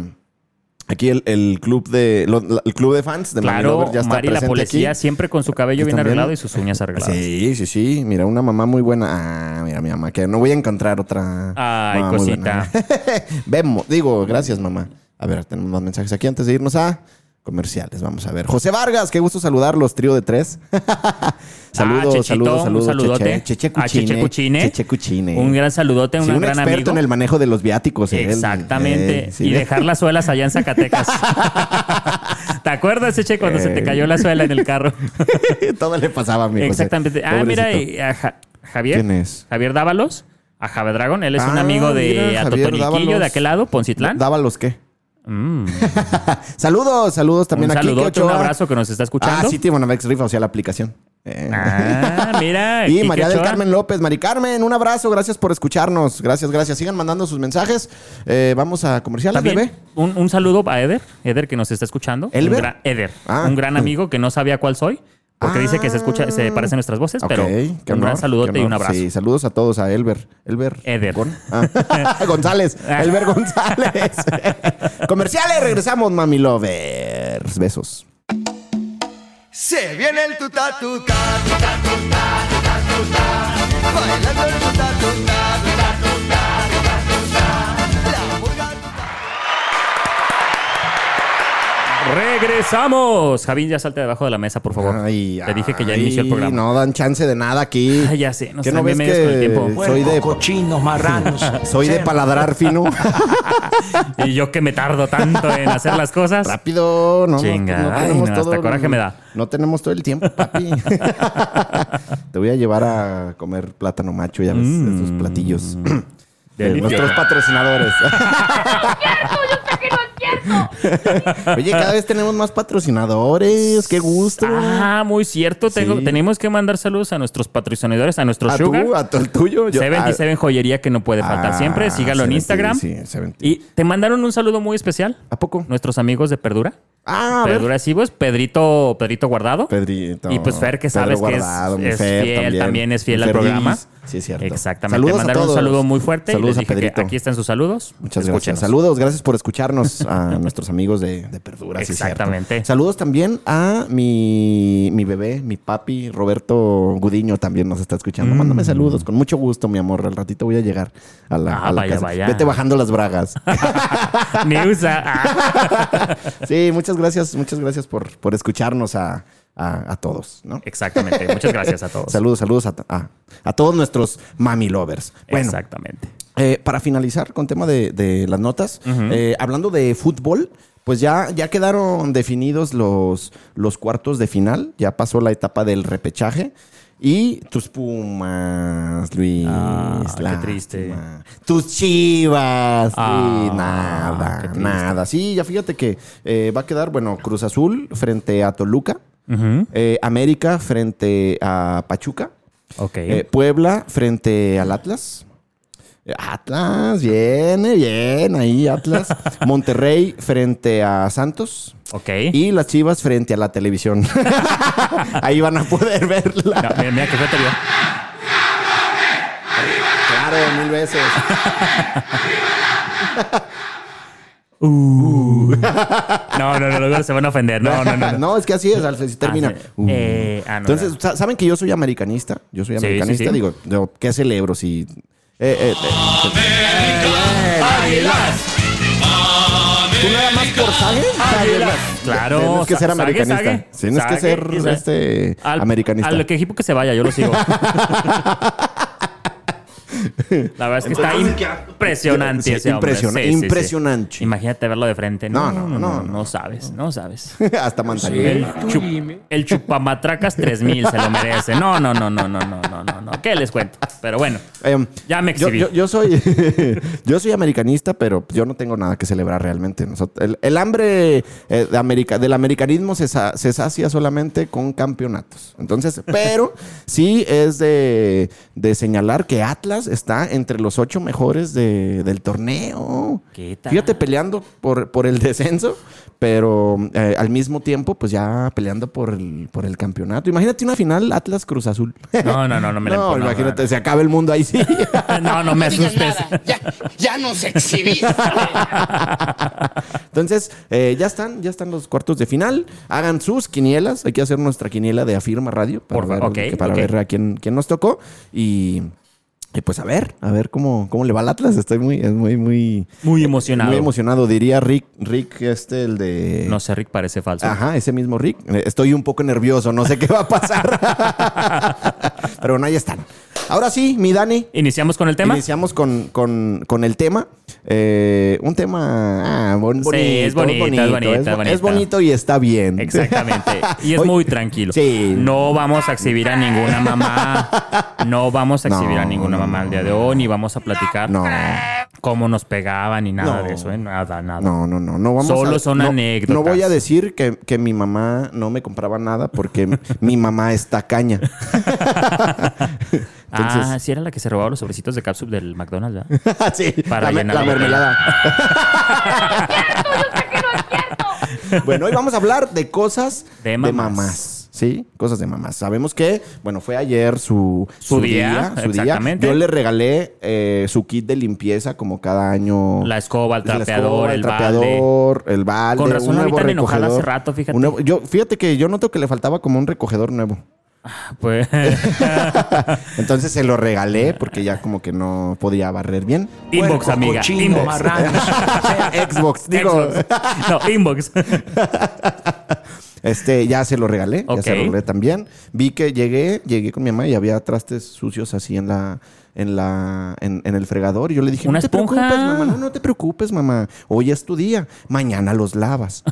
D: aquí el, el club de lo- la- el club de fans de Mami
C: Claro,
D: Lover ya está
C: Mari la
D: presente
C: policía
D: aquí.
C: siempre con su cabello
D: Aquí
C: bien
D: también.
C: arreglado y sus uñas arregladas.
D: Sí, sí, sí. Mira, una mamá muy buena. Ah, mira, mi mamá, que no voy a encontrar otra.
C: Ay,
D: mamá muy
C: cosita.
D: buena. Vemos, digo, gracias, mamá. A ver, tenemos más mensajes aquí antes de irnos a comerciales. Vamos a ver. José Vargas, qué gusto saludarlos, trío de tres. saludos,
C: Chechito,
D: saludos, saludos.
C: Ah, Un saludote.
D: Cheche, Cheche
C: A Cheche
D: Cuchine.
C: Cuchine.
D: Cheche Cuchine.
C: Un gran saludote,
D: Sí,
C: un
D: un
C: gran
D: experto
C: amigo.
D: en el manejo de los viáticos. él.
C: Exactamente.
D: Eh, sí.
C: Y dejar las suelas allá en Zacatecas. ¿Te acuerdas, Eche, cuando se
D: Eh,
C: te cayó la suela en el carro?
D: Todo le pasaba a mi José.
C: Exactamente. Ah, mira,
D: pues, Pobrecito.
C: y a Ja- Javier.
D: ¿Quién es?
C: Javier Dávalos. A Javier Dragón. Él es un
D: Ah,
C: amigo de
D: mira, Javier
C: Atotoniquillo,
D: Dávalos.
C: de aquel lado, Poncitlán.
D: ¿Daba los qué? saludos, saludos también
C: Mm. Un
D: a Kike
C: saludote, un
D: Ochoa.
C: abrazo que nos está escuchando.
D: Ah, sí, Timonavex Rifa, o sea, la aplicación. Eh.
C: Ah, mira.
D: Y
C: Kike
D: María del
C: Ochoa.
D: Carmen López. Mari Carmen, un abrazo. Gracias por escucharnos. Gracias, gracias. Sigan mandando sus mensajes. Eh, vamos a comerciales,
C: También
D: bebé.
C: un, un saludo a Eder, Eder que nos está escuchando.
D: ¿Elber?
C: Un gran, Eder,
D: Ah.
C: un gran amigo que no sabía cuál soy, porque
D: Ah.
C: dice que se escucha, se parecen nuestras voces, pero
D: Ok, qué
C: un gran
D: honor,
C: saludote
D: qué
C: y un
D: honor.
C: abrazo.
D: Sí, saludos a todos, a Elber. Elber.
C: Eder.
D: Ah, González. Elber González. Comerciales, regresamos, mami lovers. Besos.
B: Se viene el tuta tuta, tuta tuta, tuta tuta, bailando el tuta tuta, tuta tuta, tuta tuta, la murga tuta.
C: Regresamos. Javín, ya salte debajo de la mesa, por favor.
D: Ay,
C: Te dije que ya
D: ay,
C: inició el programa.
D: No dan chance de nada aquí.
C: Ay, ya sé, nos
D: ¿Qué no
C: traen
D: ves
C: bien medios con el tiempo.
D: que soy de,
G: cochinos, marranos.
D: soy de paladrar fino?
C: Y yo que me tardo tanto en hacer las cosas.
D: Rápido, no. pues,
C: Chinga,
D: no,
C: ay, no, hasta coraje me da.
D: No tenemos todo el tiempo, papi. Te voy a llevar a comer plátano macho, ya ves, esos platillos. De
C: Mm. Delicioso.
D: nuestros patrocinadores. Oye, cada vez tenemos más patrocinadores. Qué gusto.
C: Ah, muy cierto. Tengo,
D: Sí.
C: Tenemos que mandar saludos a nuestros patrocinadores, a nuestro
D: a
C: Ah, Sugar.
D: tú, a tu- el tuyo. yo- ah,
C: 77 Joyería que no puede faltar
D: Ah,
C: siempre. Sígalo en
D: 70,
C: Instagram.
D: sí, 70.
C: Y te mandaron un saludo muy especial.
D: ¿A poco?
C: Nuestros amigos de Perdura.
D: Ah, a ver.
C: Perdura Cibos, Pedrito, Pedrito Guardado.
D: Pedrito.
C: Y pues Fer, que
D: Pedro
C: sabes que es-
D: Guardado, mi
C: es,
D: Fer
C: fiel, también, es fiel
D: Mi
C: al
D: Fer
C: programa.
D: Gis. Sí, es cierto.
C: Exactamente.
D: Saludos
C: Te
D: a
C: mandaron un
D: todos.
C: saludo muy fuerte. y
D: Saludos
C: les
D: a
C: dije que
D: Pedrito.
C: aquí están sus saludos.
D: Muchas
C: Escúchenos.
D: gracias. Saludos, gracias por escucharnos a nuestros amigos de, de Perduras.
C: Exactamente.
D: Saludos también a mi, mi bebé, mi papi, Roberto Gudiño también nos está
C: Mm.
D: escuchando. Mándame saludos, con mucho gusto, mi amor. Al ratito voy a llegar a la,
C: Ah,
D: a la
C: vaya,
D: casa.
C: vaya.
D: Vete bajando las bragas.
C: Me usa. Ah.
D: sí, muchas gracias, muchas gracias por, por escucharnos a, a- a todos, ¿no?
C: Exactamente. Muchas gracias a todos.
D: Saludos, saludos a, a- a todos nuestros mami lovers. Bueno,
C: Exactamente.
D: Eh, para finalizar con tema de, de las notas, eh, hablando de fútbol, pues ya, ya quedaron definidos los, los cuartos de final, ya pasó la etapa del repechaje. Y tus Pumas, Luis.
C: Ah, qué
D: lástima.
C: triste.
D: Tus Chivas.
C: Ah,
D: Luis,
C: qué
D: nada,
C: triste.
D: nada. Sí, ya fíjate que eh, va a quedar, bueno, Cruz Azul frente a Toluca. eh, América frente a Pachuca.
C: Ok.
D: Eh, Puebla frente al Atlas. Eh, Atlas, viene, bien, ahí Atlas. Monterrey frente a Santos.
C: ok.
D: Y las Chivas frente a la televisión. ahí van a poder verla.
C: No, mira, mira que fue anterior.
D: Claro, mil veces.
C: No, no, no, luego se van a ofender. No, no, no. no.
D: No, es que así es, Alfred, si termina.
C: Ah, sí.
D: Uh.
C: Eh, ah, no,
D: Entonces,
C: no.
D: sa- saben que yo soy americanista. Yo soy
C: Sí, sí,
D: americanista.
C: sí.
D: Digo, yo, ¿qué celebro si...? eh, eh, eh,
C: Eh,
D: ¿Tú nada más por Sague?
C: Claro,
D: Tienes que
C: sa-
D: ser
C: sague,
D: americanista.
C: sague.
D: Tienes
C: Sague,
D: que ser
C: y sa-
D: este,
C: Al-
D: americanista.
C: Al que equipo que se vaya, yo lo sigo. La verdad es que está impresionante
D: Sí,
C: ese hombre.
D: impresiona- impresionante.
C: Imagínate verlo de frente. No, no, no. No,
D: no,
C: sabes, no sabes.
D: Hasta Manzanillo.
C: El, chup- el chupamatracas 3000 se lo merece. No, no, no, no, no, no, no, no, no. ¿Qué les cuento? Pero bueno,
D: Em,
C: ya me
D: yo,
C: exhibí.
D: yo, yo soy yo soy americanista, pero yo no tengo nada que celebrar realmente. Nosot- el, el hambre eh, de América, del americanismo se, sa- se sacia solamente con campeonatos. Entonces, pero sí es de, de señalar que Atlas está entre los ocho mejores de- del torneo.
C: ¿Qué tal?
D: Fíjate, peleando por, por el descenso, pero eh, al mismo tiempo, pues ya peleando por el, por el campeonato. Imagínate una final Atlas Cruz Azul.
C: No, no, no, no me la
D: No,
C: impo- no,
D: imagínate, se acaba el mundo ahí sí.
C: No, no, no me
E: No digas
C: asustes.
E: nada. Ya, ya nos exhibiste.
D: Entonces, eh, ya están, ya están los cuartos de final. Hagan sus quinielas. Hay que hacer nuestra quiniela de Afirma Radio para,
C: Por fa-
D: ver,
C: ok,
D: que para
C: ok.
D: ver a quién, quién nos tocó. Y, Y pues a ver, a ver cómo, cómo le va al Atlas. Estoy muy, es muy, muy,
C: Muy emocionado.
D: muy emocionado. Diría Rick, Rick, este, el de.
C: No sé, Rick parece falso.
D: Ajá, ese mismo Rick. Eh, Estoy un poco nervioso, no sé qué va a pasar. Pero bueno, ahí están. Ahora sí, mi Dani.
C: Iniciamos con el tema.
D: Iniciamos con, con- con el tema. Eh, un tema ah, bon-
C: Sí,
D: bonito,
C: es bonito, es bonito,
D: es,
C: es
D: bo-
C: bonito.
D: es bonito y está bien.
C: Exactamente. Y es
D: Oye,
C: muy tranquilo.
D: Sí.
C: No vamos a exhibir a ninguna mamá. No vamos a exhibir a
D: No,
C: ninguna
D: no,
C: mamá al día de hoy, ni vamos a platicar
D: No,
C: cómo nos pegaban, ni nada
D: No.
C: de eso, ¿eh? Nada, nada.
D: no, no, no. no vamos
C: Solo
D: a-
C: son
D: no-
C: anécdotas.
D: No voy a decir que, que mi mamá no me compraba nada porque mi mamá es tacaña.
C: ah, sí era la que se robaba los sobrecitos de capsup del McDonald's, ¿verdad?
D: sí,
C: Para
D: la, me-
C: llenar
D: la
C: el-
D: mermelada. Bueno, hoy vamos a hablar de cosas
C: De
D: de mamás.
C: mamás.
D: Sí, cosas de mamás. Sabemos que, bueno, fue ayer su,
C: Su día,
D: su
C: exactamente.
D: Yo le regalé eh, su kit de limpieza como cada año.
C: La escoba, el
D: La escoba,
C: trapeador, el
D: trapeador, el balde.
C: Con razón
D: un
C: la vi
D: nuevo
C: tan enojada
D: recogedor,
C: hace rato, fíjate.
D: un nuevo- yo, fíjate que yo noto que le faltaba como un recogedor nuevo.
C: Pues,
D: Entonces se lo regalé porque ya como que no podía barrer bien.
C: inbox, amiga. Inbox.
D: Xbox, digo.
C: Xbox. No, inbox.
D: Este, ya se lo regalé,
C: Ok.
D: ya se lo regalé también. Vi que llegué, llegué con mi mamá y había trastes sucios así en la en la en, en el fregador y yo le dije,
C: Una
D: "No te
C: esponja.
D: preocupes, mamá, no, no te preocupes, mamá. Hoy es tu día, mañana los lavas."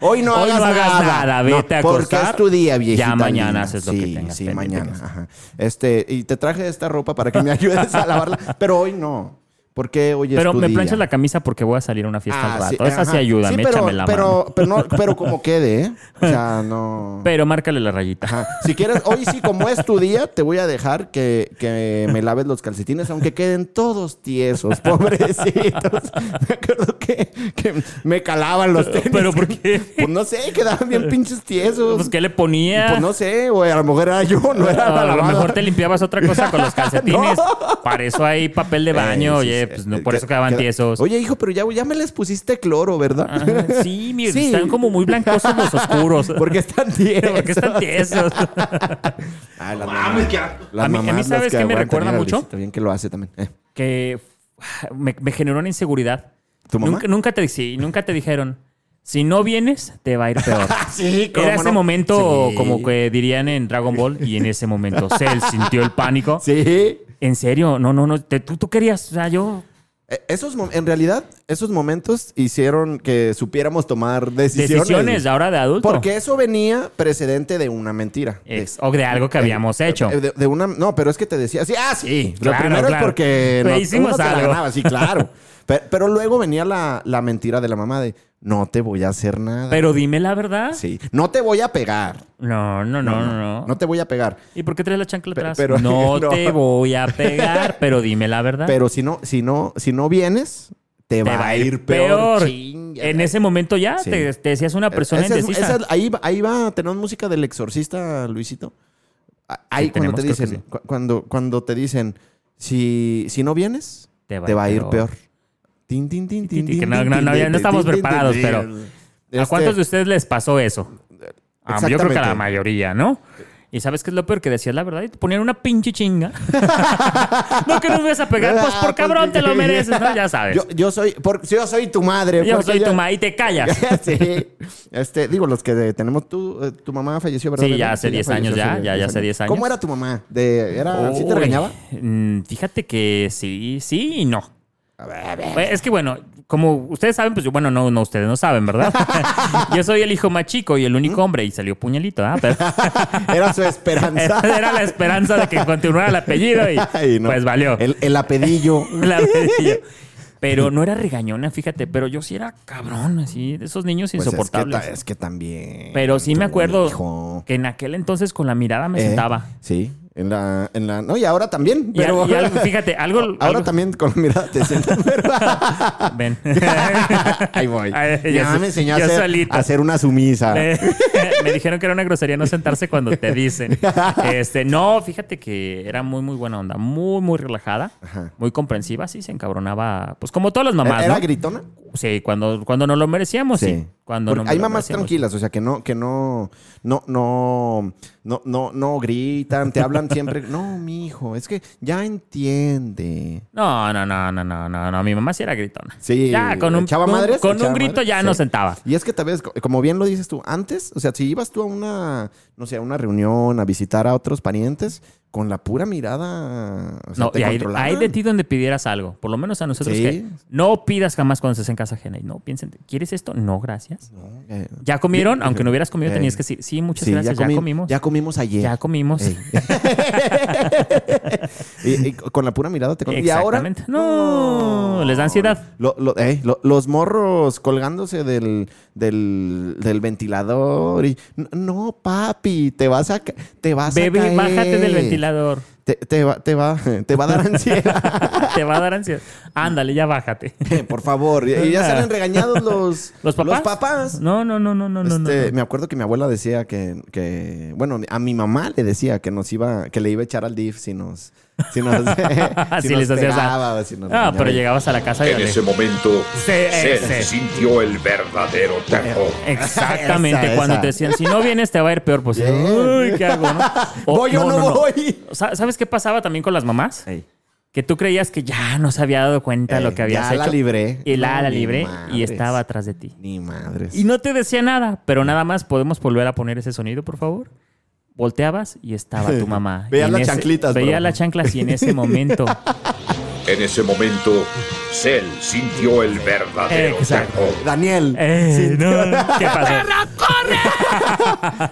D: Hoy no
C: Hoy
D: hagas,
C: no hagas
D: nada,
C: nada,
D: No,
C: vete a
D: porque
C: acostar.
D: es tu día,
C: Ya
D: viejita.
C: mañana
D: linda.
C: haces lo
D: sí,
C: que tengas
D: Sí,
C: pendiente
D: mañana,
C: que hacer.
D: ajá. Este, y te traje esta ropa para que me ayudes a lavarla, pero hoy no. Porque hoy es
C: Pero
D: tu
C: me
D: día.
C: planchas la camisa porque voy a salir a una fiesta
D: Ah,
C: al rato.
D: sí,
C: Esa sí
D: ajá.
C: ayuda,
D: Sí,
C: me
D: pero,
C: échame la
D: pero,
C: mano.
D: Pero, no, pero como quede, ¿eh? O sea, no...
C: Pero márcale la rayita.
D: Ajá. Si quieres, hoy sí, como es tu día, te voy a dejar que, que me laves los calcetines, aunque queden todos tiesos, pobrecitos. Me acuerdo que, que me calaban los tenis.
C: ¿Pero por qué?
D: Pues no sé, quedaban bien pinches tiesos.
C: Pues, ¿qué le ponía?
D: Pues no sé, güey, a lo mejor era yo, no era la
C: a lo
D: lavada.
C: mejor te limpiabas otra cosa con los calcetines.
D: No.
C: Para eso hay papel de baño,
D: Eh, sí,
C: oye,
D: sí,
C: pues
D: eh,
C: no, por
D: que-
C: eso quedaban
D: queda-
C: tiesos.
D: Oye, hijo, pero ya, ya me les pusiste cloro, ¿verdad?
C: Ajá, sí, mira,
D: Sí.
C: están como muy blancosos los oscuros.
D: Porque están tiesos.
C: Porque están tiesos.
D: Ah, las mamás. Las
C: A mí- a mí,
D: mamás, las
C: ¿sabes qué me
D: aguantan
C: recuerda
D: ir al
C: mucho?
D: visito, bien que lo hace también. Eh,
C: que me, me generó una inseguridad.
D: ¿Tu mamá?
C: Nunca, nunca te, sí, nunca te dijeron, si no vienes, te va a ir peor.
D: Sí, cómo
C: Era ese
D: no.
C: momento
D: Sí.
C: como que dirían en Dragon Ball y en ese momento Cell sintió el pánico.
D: Sí.
C: En serio, no, no, no, te- tú, tú querías, o sea, yo
D: Eh, Esos, mom- en realidad, esos momentos hicieron que supiéramos tomar decisiones.
C: decisiones, ahora de adulto.
D: Porque eso venía precedente de una mentira.
C: Ex- o de algo que habíamos hecho.
D: Eh, De, de una, no, pero es que te decía, sí, ah, sí.
C: Claro,
D: lo primero
C: claro.
D: es porque
C: Le
D: no-
C: hicimos
D: uno se la
C: algo.
D: ganaba, sí, claro. pero, pero luego venía la, la mentira de la mamá de no te voy a hacer nada.
C: Pero dime la verdad.
D: sí, no te voy a pegar.
C: No, no, no, no, no.
D: No te voy a pegar.
C: ¿Y por qué traes la chancla
D: Pe-
C: atrás?
D: pero-
C: no,
D: no.
C: te voy a pegar, pero dime la verdad.
D: Pero si no, si no, si no vienes,
C: te
D: te, va, a ir peor. Chinga,
C: en
D: ya.
C: ese momento ya
D: Sí. E-,
C: te, te decías una persona
D: Esa es-
C: indecisa.
D: esa es- ahí, va- ahí va, tenemos música del exorcista, Luisito. A- Ahí cuando
C: tenemos,
D: te
C: creo que
D: dicen, cu- cuando, cuando te dicen, si, si no vienes, te va, a ir peor. Tin, tin, tin, tin,
C: tin, que
D: tin,
C: no-
D: tin,
C: no-
D: tin,
C: no,
D: tin,
C: ya no
D: tin,
C: estamos
D: tin, tin,
C: preparados,
D: tin,
C: pero
D: tin.
C: ¿A
D: Este,
C: cuántos de ustedes les pasó eso? Ah, yo creo que a la
D: Exactamente.
C: mayoría, ¿no? Y sabes qué es lo peor que decías la verdad y te ponían una pinche chinga. no que no me vas a pegar, pues
D: Ah,
C: por cabrón te lo mereces, ¿no? Ya sabes.
D: Yo, pues, yo soy, por- yo soy tu madre.
C: Yo
D: porque
C: soy tu madre y te callas.
D: sí. Este, digo, los que tenemos tú, eh, tu mamá falleció, ¿verdad?
C: Sí, ya
D: ¿verdad?
C: hace 10
D: falleció
C: años, ya,
D: hace
C: ya, ya hace 10 años.
D: ¿Cómo era tu mamá? De, era, ¿Sí te
C: Uy,
D: regañaba?
C: mm, Fíjate que sí, sí y no. Eh, Es que bueno, como ustedes saben, pues yo, bueno, no, no, ustedes no saben, ¿verdad? yo soy el hijo más chico y el único hombre y salió puñalito, ¿ah? Pero-
D: Era su esperanza.
C: era la esperanza de que continuara el apellido y
D: Ay, no.
C: pues valió.
D: El, el apedillo. Pues
C: El apellido. Pero no era regañona, fíjate, pero yo sí era cabrón, así, de esos niños
D: Pues es que
C: insoportables.
D: ta- es, que, también.
C: pero sí
D: tú,
C: me acuerdo
D: hijo.
C: que en aquel entonces con la mirada me
D: Eh,
C: sentaba.
D: Sí. En la, en la. No, y ahora también.
C: Y al-
D: Pero.
C: y algo- fíjate, algo-
D: Ahora
C: algo-
D: también con la mirada te sientas. pero-
C: Ven.
D: Ahí voy.
C: Ay, yo
D: ya
C: so-
D: me enseñó a
C: yo
D: hacer,
C: solito.
D: a hacer una sumisa. ¿E-,
C: Eh, me dijeron que era una grosería no sentarse cuando te dicen. Este, no, fíjate que era muy, muy buena onda, muy, muy relajada,
D: Ajá.
C: muy comprensiva, sí se encabronaba, pues como todas las mamás,
D: ¿Era
C: ¿no? Oh,
D: gritona?
C: Sí, cuando, cuando nos lo merecíamos, sí.
D: Sí.
C: Cuando
D: Porque
C: no me
D: hay
C: lo
D: mamás
C: hacíamos.
D: tranquilas, o sea, que no, que no, no, no, no, no, no gritan, te hablan siempre. No, mi hijo, es que ya entiende.
C: No, no, no, no, no, no, no. Mi mamá sí era gritona.
D: Sí,
C: Ya, con un,
D: echaba
C: un-
D: madres,
C: con
D: echaba
C: un grito
D: madres,
C: ya
D: sí.
C: nos sentaba.
D: Y es que tal vez, co- como bien lo dices tú, antes, o sea, si ibas tú a una, no sé, a una reunión, a visitar a otros parientes, con la pura mirada, o sea,
C: No,
D: te
C: y hay,
D: controlaban.
C: hay de ti donde pidieras algo. Por lo menos a nosotros
D: Sí.
C: que no pidas jamás cuando estés en casa ajena. Y no, piensen, ¿quieres esto? No, gracias.
D: Eh,
C: ¿Ya comieron? Aunque no hubieras comido,
D: Eh.
C: tenías que decir, sí, muchas
D: sí,
C: gracias, ya,
D: comi-
C: comimos.
D: Ya comimos ayer.
C: Ya comimos.
D: Ey. y, y con la pura mirada te controlan. Y ahora...
C: Exactamente. No, les da ansiedad.
D: Lo- lo- eh, lo- los morros colgándose del, del, del ventilador y no papi te vas a ca- te vas a
C: Bebé,
D: caer.
C: bájate del ventilador.
D: te, te va, te va te va a dar ansiedad
C: Te va a dar ansiedad. Ándale, ya bájate.
D: por favor y, y ya salen regañados los
C: ¿Los papás?
D: papás.
C: No, no, no, no, no, no,
D: Este,
C: no.
D: Me acuerdo que mi abuela decía que, que- bueno, a mi mamá le decía que nos iba, que le iba a echar al DIF si nos, si nos, si
C: Así
D: nos
C: les hacías
D: pegaba
C: a...
D: o si nos
C: Ah,
D: regañaba.
C: pero llegabas a la casa y
G: En
C: dale.
G: ese momento
C: Se-
G: se
C: ese.
G: sintió el verdadero terror.
C: Exactamente,
D: Esa,
C: cuando
D: esa. ¿Eh?
C: te decían, si no vienes te va a ir peor, pues, uy, ¿qué hago? no?
D: ¿Voy o no voy?
C: Sa- ¿Sabes qué pasaba también con las mamás?
D: Ey.
C: Que tú creías que ya no se había dado cuenta de
D: Eh,
C: lo que habías
D: ya la
C: hecho.
D: libré.
C: Y la,
D: No,
C: la
D: ni
C: libré y
D: madres.
C: estaba atrás de ti.
D: Ni madres.
C: Y no te decía nada, pero nada más podemos volver a poner ese sonido, por favor. Volteabas y estaba tu mamá. Y
D: Veías
C: en
D: las
C: ese-
D: chanclitas, bro.
C: Veía las chanclas y en ese momento.
G: En ese momento, Cell sintió el verdadero
C: Exacto.
G: terror.
D: Daniel,
C: eh, no, ¿Qué pasó?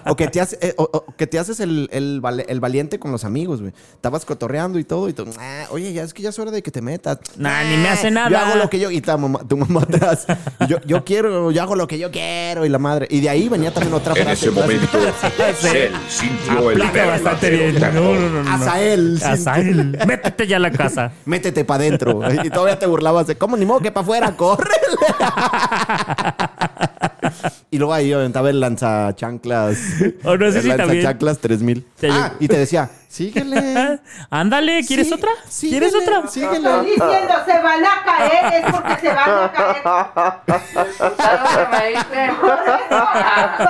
D: o que te, hace- eh, o- o que te haces el, el vale- el valiente con los amigos, güey. Estabas cotorreando y todo, y tú, "Ah, oye, ya es que ya es hora de que te metas.
C: Nah, ni me hace
D: Yo
C: nada.
D: hago lo que yo, y ta mamá- tu mamá atrás. Yo, yo quiero, yo hago lo que yo quiero, y la madre. Y de ahí venía también otra
G: En
D: frase.
G: ese momento, Cell sintió el
C: Aplica bastante
G: verdadero
C: bien. No, no,
G: terror.
C: no, no.
D: Azael, sí.
C: Azael. Métete ya a la casa.
D: Métete para adentro. Y todavía te burlabas de, ¿cómo ni modo que para afuera? ¡Córrele! y luego ahí yo aventaba el lanzachanclas.
C: O Oh, no sé
D: el
C: si también-
D: lanzachanclas 3000.
C: Te-
D: Ah, y te decía, síguele.
C: Ándale, ¿quieres
D: Sí,
C: otra?
D: sí,
C: ¿Quieres
D: dele,
C: otra?
D: sí, dele.
H: Estoy diciendo, se van a caer, es porque se van a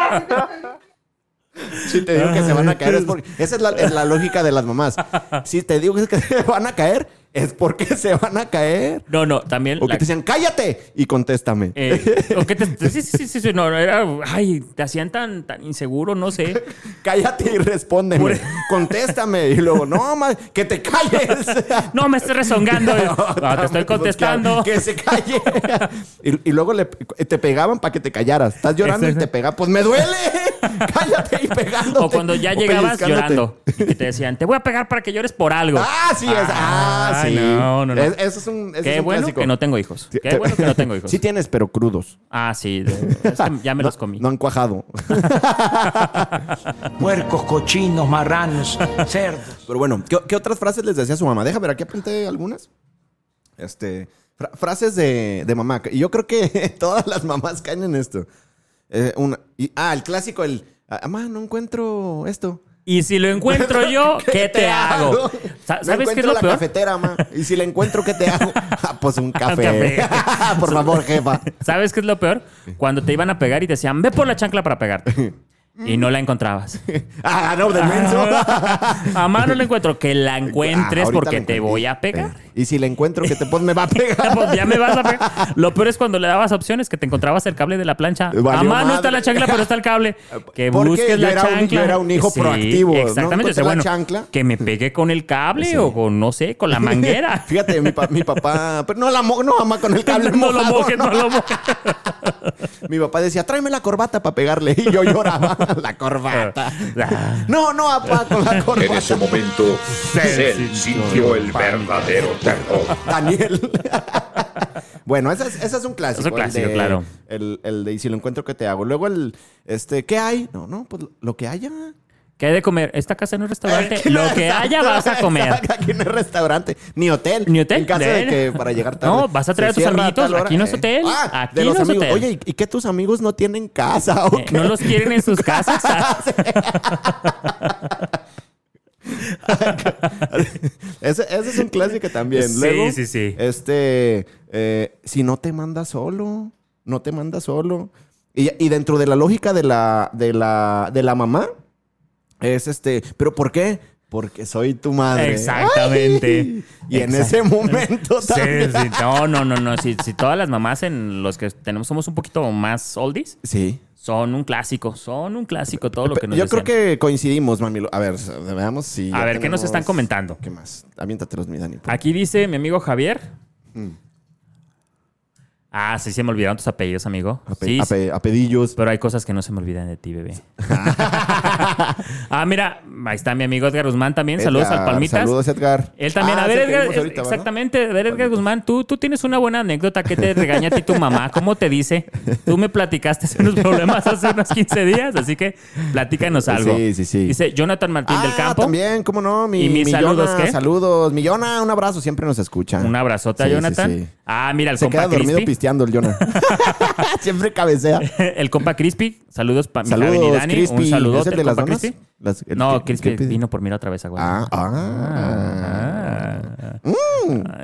H: caer.
D: Si te digo que se van a caer es porque... Esa es la, es la lógica de las mamás. Si te digo que se van a caer es porque se van a caer.
C: No, no, también.
D: O que
C: la-
D: te decían, cállate y contéstame.
C: eh, o que te, sí, sí, sí, sí, sí, no, no, era, ay, te hacían tan, tan inseguro, no sé.
D: Cállate y respóndeme.
C: Por-
D: Contéstame. Y luego, no, ma, que te calles.
C: No, me estoy rezongando. No, Ah, te estoy
D: Pues,
C: contestando.
D: claro, Que se calle. y, y luego le- te pegaban para que te callaras. Estás llorando y
C: Exacto.
D: te pega. Pues me duele. Cállate y pegándote.
C: O cuando ya
D: O
C: llegabas
D: pellizcándote.
C: llorando y que te decían, te voy a pegar para que llores por algo.
D: Ah, sí. Es, ah,
C: Ay,
D: sí.
C: no, no, no.
D: Es- eso es un ese es
C: Qué
D: un
C: bueno
D: clásico.
C: que no tengo hijos.
D: Sí,
C: Qué
D: te-
C: bueno que no tengo hijos.
D: Sí tienes, pero crudos.
C: Ah, sí. de- es que ya me
D: No-
C: los comí.
D: No han cuajado.
I: Puercos, cochinos, marranos, cerdos.
D: Pero bueno, ¿qué, qué otras frases les decía su mamá? Deja ver, aquí apunté algunas. Este, fra- frases de, de mamá. Y yo creo que todas las mamás caen en esto. Eh, una, y- ah, el clásico, el... ah, Mamá, no encuentro esto.
C: Y si lo encuentro yo, ¿qué, te, hago? Sa-
D: No
C: ¿Sabes qué es
D: encuentro
C: lo
D: la
C: peor?
D: cafetera, mamá. Y si la encuentro, ¿qué te hago? Ah, pues un café.
C: café.
D: Por favor, jefa.
C: ¿Sabes qué es lo peor? Cuando te iban a pegar y te decían, ve por la chancla para pegarte. Y no la encontrabas.
D: Ah, no, de menso.
C: A mano la encuentro. Que la encuentres
D: Ah, ahorita
C: Ah. porque
D: la
C: te
D: encontré.
C: voy a pegar.
D: Eh, Y si la encuentro, que te pues me va a pegar.
C: Pues ya me vas a pegar. Lo peor es cuando le dabas opciones que te encontrabas el cable de la plancha.
D: Eh, Valió
C: a mano
D: madre.
C: está la chancla, pero está el cable. Que
D: Porque
C: busques
D: yo
C: la
D: era un-
C: chancla.
D: yo era un hijo proactivo, ¿no?
C: Exactamente. O sea,
D: Encontré la
C: bueno,
D: chancla.
C: que me pegue con el cable
D: Sí.
C: o con, no sé, con la manguera.
D: Fíjate, mi, pa- mi papá. Pero no la mo- no, mamá, con el cable
C: no lo
D: mojado,
C: mojes, no lo mojes.
D: Mi papá decía, tráeme la corbata para pegarle. Y yo lloraba. la corbata.
C: Ah,
D: no, no, papá, con la
G: En ese
D: corbata.
G: momento, Cell sintió el verdadero terror.
D: Daniel. bueno, ese es, ese es un clásico.
C: Es un clásico,
D: el de-
C: claro.
D: El, el de, y si lo encuentro, ¿qué te hago? Luego el, este, ¿qué hay? No, no, pues lo- lo que haya.
C: ¿Qué hay de comer? Esta casa no es restaurante. Lo que haya vas a comer.
D: Exacto, Aquí no es restaurante, ni hotel.
C: Ni hotel,
D: En caso de
C: ven.
D: que para llegar tarde.
C: No, vas a traer
D: se
C: a tus
D: cierra
C: amiguitos,
D: tal hora.
C: aquí no es hotel,
D: Ah,
C: aquí
D: de los
C: no es
D: amigos.
C: hotel.
D: Oye, ¿y- ¿y qué tus amigos no tienen casa? o
C: Eh,
D: qué?
C: ¿No los quieren en sus casas?
D: Ese, ese es un clásico también.
C: Sí,
D: Luego,
C: sí, sí.
D: Este, eh, si no te manda solo, no te manda solo. Y, y dentro de la lógica de la, de la, de la mamá, es este, ¿pero por qué? Porque soy tu madre.
C: Exactamente.
D: Ay. Y en
C: Exact-
D: ese momento
C: Sí,
D: también.
C: sí, no, no, no, no. Si, si todas las mamás en los que tenemos somos un poquito más oldies,
D: Sí.
C: son un clásico, son un clásico todo lo que nos
D: Yo creo
C: decían.
D: que coincidimos, Mamilo. A ver, veamos si.
C: A
D: ya
C: ver, ¿qué nos
D: tenemos-
C: están comentando?
D: ¿Qué más? Aviéntatelos, mi Dani. por-
C: Aquí dice mi amigo Javier.
D: Mm.
C: Ah, sí, se me olvidaron tus apellidos, amigo.
D: a, pe-
C: sí,
D: a
C: sí,
D: pe- a pedillos.
C: pero hay cosas que no se me olvidan de ti, bebé. ah, mira, ahí está mi amigo Edgar Guzmán también. Saludos al
D: Edgar,
C: Palmitas.
D: Saludos, Edgar.
C: Él también.
D: Ah,
C: a
D: es el
C: ver,
D: que
C: Edgar,
D: vimos ahorita, ¿verdad?
C: exactamente. A ver, Edgar
D: Palmitas.
C: Guzmán, tú, tú tienes una buena anécdota que te regaña a ti tu mamá. ¿Cómo te dice? Tú me platicaste de unos problemas hace unos 15 días, así que platícanos algo.
D: Sí, sí, sí.
C: Dice Jonathan Martín del
D: Ah,
C: Campo.
D: También, cómo no, mi,
C: Y mis
D: mi
C: saludos,
D: Yona,
C: ¿qué?
D: saludos. Mi Yona, un abrazo, siempre nos escucha.
C: Un abrazote a
D: Sí, sí,
C: Jonathan.
D: sí.
C: Ah, mira, el
D: Se
C: compa
D: queda dormido
C: Crispy.
D: pisteando el Yona. siempre cabecea.
C: el compa Crispy. Saludos para mi Javi y
D: Saludos,
C: Dani.
D: Crispy.
C: Un saludo.
D: ¿Es el de las donas?
C: Crispy?
D: Las- el
C: No,
D: que-
C: Crispy
D: que pide-
C: vino por mí la otra vez a
D: Ah,
C: Guadalajara.
D: ah.
C: Ah.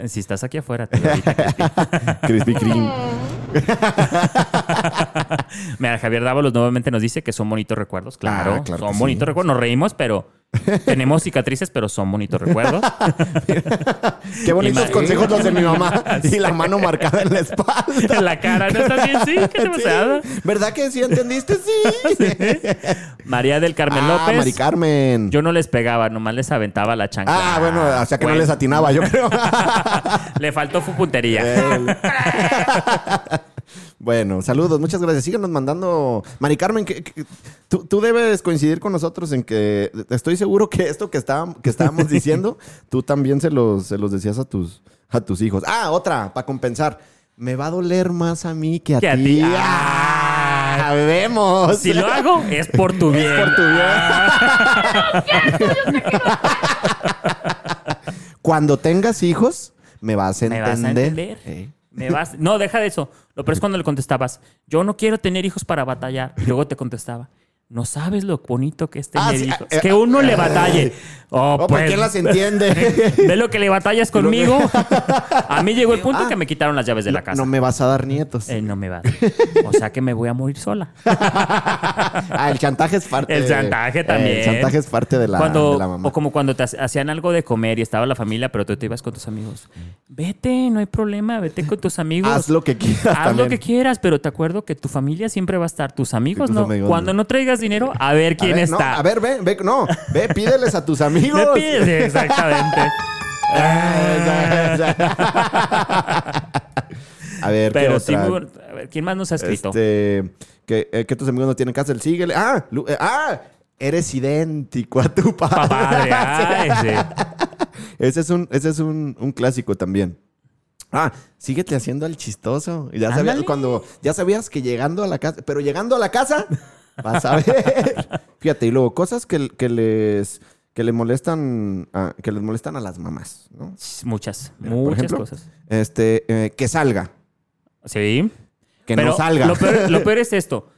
C: Ah, Si estás aquí afuera, te veo ahorita, Crispy. Ah.
D: Crispy Cream.
C: Mira, Javier Dávalos nuevamente nos dice que son bonitos recuerdos. Claro,
D: Ah, claro
C: son
D: que
C: bonitos
D: sí.
C: recuerdos. Nos reímos, pero tenemos cicatrices, pero son bonitos recuerdos.
D: Qué bonitos
C: Imagínate.
D: consejos los de mi mamá. Y la mano marcada en la espalda.
C: En la cara, ¿no está bien? Sí, qué demasiado.
D: Sí. ¿Verdad que sí entendiste? Sí.
C: María del Carmen
D: ah,
C: López.
D: Mari Carmen.
C: Yo no les pegaba, nomás les aventaba la chancla.
D: Ah, bueno, o sea que no
C: Bueno,
D: les atinaba, yo creo.
C: Le faltó fu-
D: Eh,
C: puntería.
D: bueno, saludos, muchas gracias. Síganos mandando. Mari Carmen, que, que- tú, tú debes coincidir con nosotros en que estoy seguro que esto que, estábamos- que estábamos diciendo, tú también se los, se los decías a tus, a tus hijos. Ah, otra, para compensar. Me va a doler más a mí que a
C: Que a
D: ti.
C: ti.
D: Ah, vemos.
C: Si lo hago, es por tu bien.
D: por tu bien. Cuando tengas hijos, me vas a
C: Me
D: entender.
C: vas a entender.
D: Eh.
C: Me vas... No, deja de eso. Lo peor es cuando le contestabas, yo no quiero tener hijos para batallar. Y luego te contestaba, no sabes lo bonito que es tener
D: Ah, sí,
C: hijos.
D: ah, eh,
C: que
D: ah,
C: uno le
D: ah,
C: batalle. Oh,
D: Oh, ¿por
C: pues,
D: qué las entiende?
C: Ve lo que le batallas conmigo. A mí llegó el punto que me quitaron las llaves de la
D: Ah. No-
C: casa.
D: No me vas a dar nietos.
C: Eh, no me vas. O sea que me voy a morir sola.
D: ah, el chantaje es parte.
C: El
D: de-
C: chantaje
D: eh,
C: también.
D: el chantaje es parte de la,
C: Cuando-
D: de la mamá.
C: O como cuando te ha- hacían algo de comer y estaba la familia, pero tú te ibas con tus amigos. Vete, no hay problema, vete con tus amigos.
D: Mm. Haz lo que
C: Haz
D: quieras.
C: lo
D: también.
C: que quieras, pero te acuerdo que tu familia siempre va a estar, tus amigos,
D: tus
C: ¿no?
D: amigos,
C: Cuando
D: ¿no?
C: no traigas dinero, a ver
D: A
C: quién
D: ver, no,
C: está.
D: a ver, ve, ve, no, ve, pídeles a tus amigos.
C: Me pides, exactamente.
D: a ver, ¿qué
C: pero sí,
D: otra?
C: muy bueno. A ver, ¿quién más nos ha escrito?
D: Este, que, eh, que tus amigos no tienen casa, el síguele. Ah, Lu- eh, ah, eres idéntico a tu padre.
C: Padre, ay, sí.
D: Ese es un, ese es un, un clásico también. Ah, síguete haciendo al chistoso. Y Ya sabías,
C: Ándale.
D: cuando, ya sabías que llegando a la casa, pero llegando a la casa, vas a ver. Fíjate, y luego, cosas que, que les que le molestan a, que les molestan a las mamás, ¿no?
C: Muchas,
D: Mira, por
C: muchas
D: ejemplo,
C: cosas.
D: Este, eh, que salga,
C: Sí.
D: que
C: Pero
D: no salga.
C: Lo peor, lo peor es esto.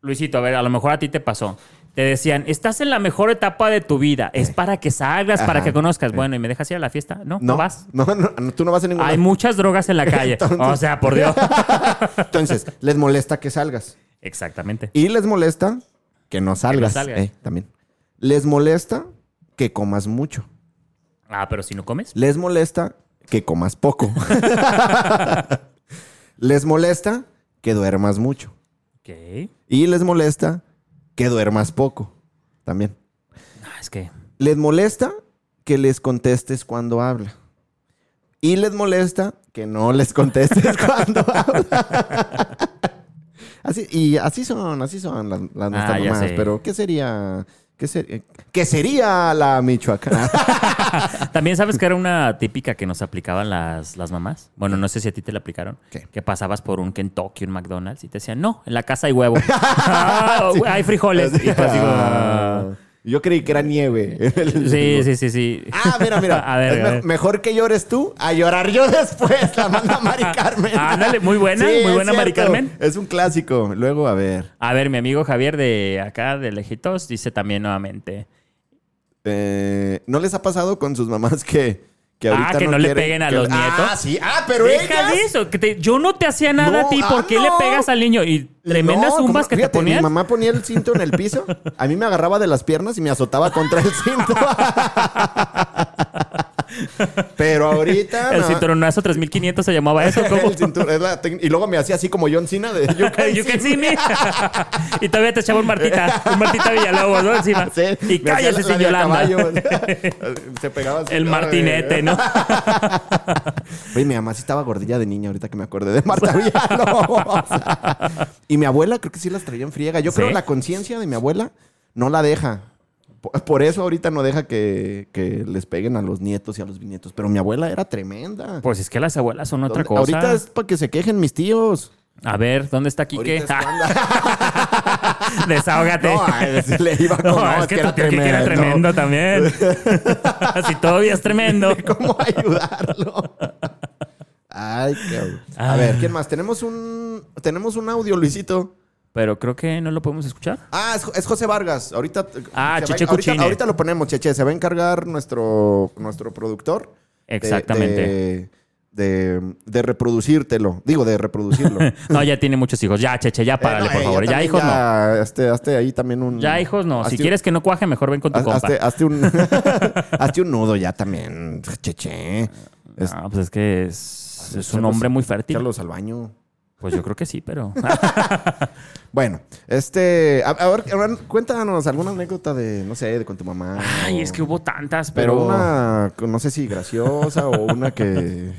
C: Luisito, a ver, a lo mejor a ti te pasó. Te decían, estás en la mejor etapa de tu vida. Es para que salgas, para
D: Ajá.
C: que conozcas. Bueno, ¿y me dejas ir a la fiesta? No, no,
D: no,
C: vas.
D: no, no, tú no vas a ningún
C: Hay muchas drogas en la calle. o sea, por Dios.
D: Entonces, les molesta que salgas.
C: Exactamente.
D: Y les molesta que no salgas.
C: salgas.
D: eh, también. Les molesta que comas mucho.
C: Ah, pero si no comes.
D: Les molesta que comas poco. les molesta que duermas mucho.
C: Ok.
D: Y les molesta que duermas poco. También.
C: Ah, es que.
D: Les molesta que les contestes cuando habla. Y les molesta que no les contestes cuando habla. Así, y así son, así son las, las nuestras
C: Ah, ya
D: mamás.
C: sé.
D: Pero, ¿qué sería? ¿Qué, ser- qué sería la Michoacán?
C: También sabes que era una típica que nos aplicaban las, las mamás. Bueno, no sé si a ti te la aplicaron.
D: ¿Qué?
C: Que pasabas por un Kentucky, un McDonald's y te decían, no, en la casa hay huevo. Ah, Hay frijoles. Y tú así como,
D: Ah, Yo creí que era nieve.
C: Sí, sí, sí, sí.
D: Ah, mira, mira.
C: A ver,
D: Es
C: a
D: me-
C: ver.
D: Mejor que llores tú a llorar yo después. La manda Mari Carmen.
C: Ándale, muy buena,
D: Sí,
C: muy
D: es
C: buena Mari
D: cierto.
C: Carmen.
D: Es un clásico. Luego, a ver.
C: A ver, mi amigo Javier de acá, de Lejitos, dice también nuevamente.
D: Eh, ¿No les ha pasado con sus mamás que, Que
C: Ah,
D: ahorita
C: que no le peguen a los
D: Ah,
C: nietos.
D: sí. Ah, pero
C: Deja
D: ellas...
C: de eso. que te- yo no te hacía nada
D: No,
C: a ti. ¿Por
D: ah,
C: qué le
D: no.
C: pegas al niño? Y tremendas
D: No,
C: zumbas
D: como-
C: que te
D: fíjate,
C: ponían.
D: Mi mamá ponía el cinto en el piso, a mí me agarraba de las piernas y me azotaba contra el cinto. Pero ahorita.
C: El
D: no.
C: cinturonazo 3500 se llamaba eso. ¿Cómo?
D: El cinturón, es la tec- y luego me hacía así como John Cena de You Can
C: You can
D: See
C: see me. y todavía te echaba un Martita. Un Martita Villalobos, ¿no? Encima.
D: Me. Sí,
C: y
D: me hacía
C: cállese
D: la-
C: sin
D: la de
C: Yolanda.
D: caballo. Se pegaba así.
C: El martinete, ¿no?
D: Oye, mi mamá sí estaba gordilla de niña, ahorita que me acordé de Marta Villalobos. y mi abuela creo que sí las traía en friega. Yo
C: ¿Sí?
D: creo la conciencia de mi abuela no la deja. Por, por eso ahorita no deja que, que les peguen a los nietos y a los bisnietos. Pero mi abuela era tremenda.
C: Pues es que las abuelas son otra
D: ¿Dónde-
C: cosa.
D: Ahorita es para que se quejen mis tíos.
C: A ver, ¿dónde está Quique?
D: Ahorita es cuando-
C: Desahógate.
D: No, ay, sí le iba
C: No,
D: con- no,
C: es que, tu tío Quique era tremendo también. si todavía es tremendo.
D: ¿Cómo ayudarlo? Ay, cabrón. A
C: Ah.
D: ver, ¿quién más? Tenemos un, tenemos un audio, Luisito.
C: Pero creo que no lo podemos escuchar.
D: Ah, es, Jo- es José Vargas. Ahorita. eh,
C: Ah,
D: se va-
C: Cheche
D: ahorita,
C: Cuchine.
D: ahorita lo ponemos, Cheche. Se va a encargar nuestro, nuestro productor. de-
C: Exactamente.
D: De, de- de reproducírtelo. Digo, de reproducirlo.
C: No, ya tiene muchos hijos. Ya, Cheche, ya párale,
D: Eh, no,
C: por
D: eh,
C: favor. Ya,
D: también
C: hijos no.
D: ya, mm, Hazte, hazte ahí también un.
C: Ya, hijos no. Si
D: hazte un-
C: quieres que no cuaje, mejor ven con tu
D: haz-
C: compa.
D: hazte, hazte un. hazte un nudo ya también, Cheche. Es- pues,
C: Ah, pues es que es, es un
D: Echarlos-
C: hombre muy fértil.
D: Échalos al baño.
C: Pues yo creo que sí, pero.
D: Bueno, este. A, a ver, a ver, cuéntanos alguna anécdota de, no sé, de con tu mamá.
C: Ay,
D: o-
C: es que hubo tantas,
D: Pero
C: pero.
D: una, no sé si graciosa o una que.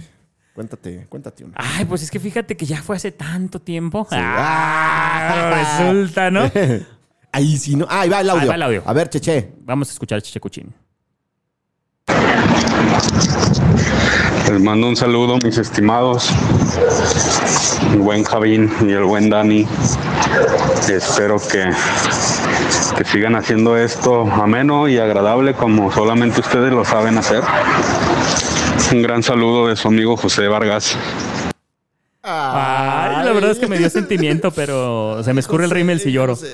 D: Cuéntate, cuéntate una.
C: Ay, pues es que fíjate que ya fue hace tanto tiempo.
D: Ah.
C: Ah, resulta, ¿no?
D: Ahí sí, ¿no? Ah, ahí va el audio.
C: Ahí va el audio.
D: A ver, Cheche.
C: Vamos a escuchar Chichecuchín.
J: Les mando un saludo, mis estimados. El buen Javín y el buen Dani. Espero que, que sigan haciendo esto ameno y agradable como solamente ustedes lo saben hacer. Un gran saludo de su amigo José Vargas.
C: Ay, la verdad es que me dio sentimiento, pero se me escurre el rímel si lloro.
D: Se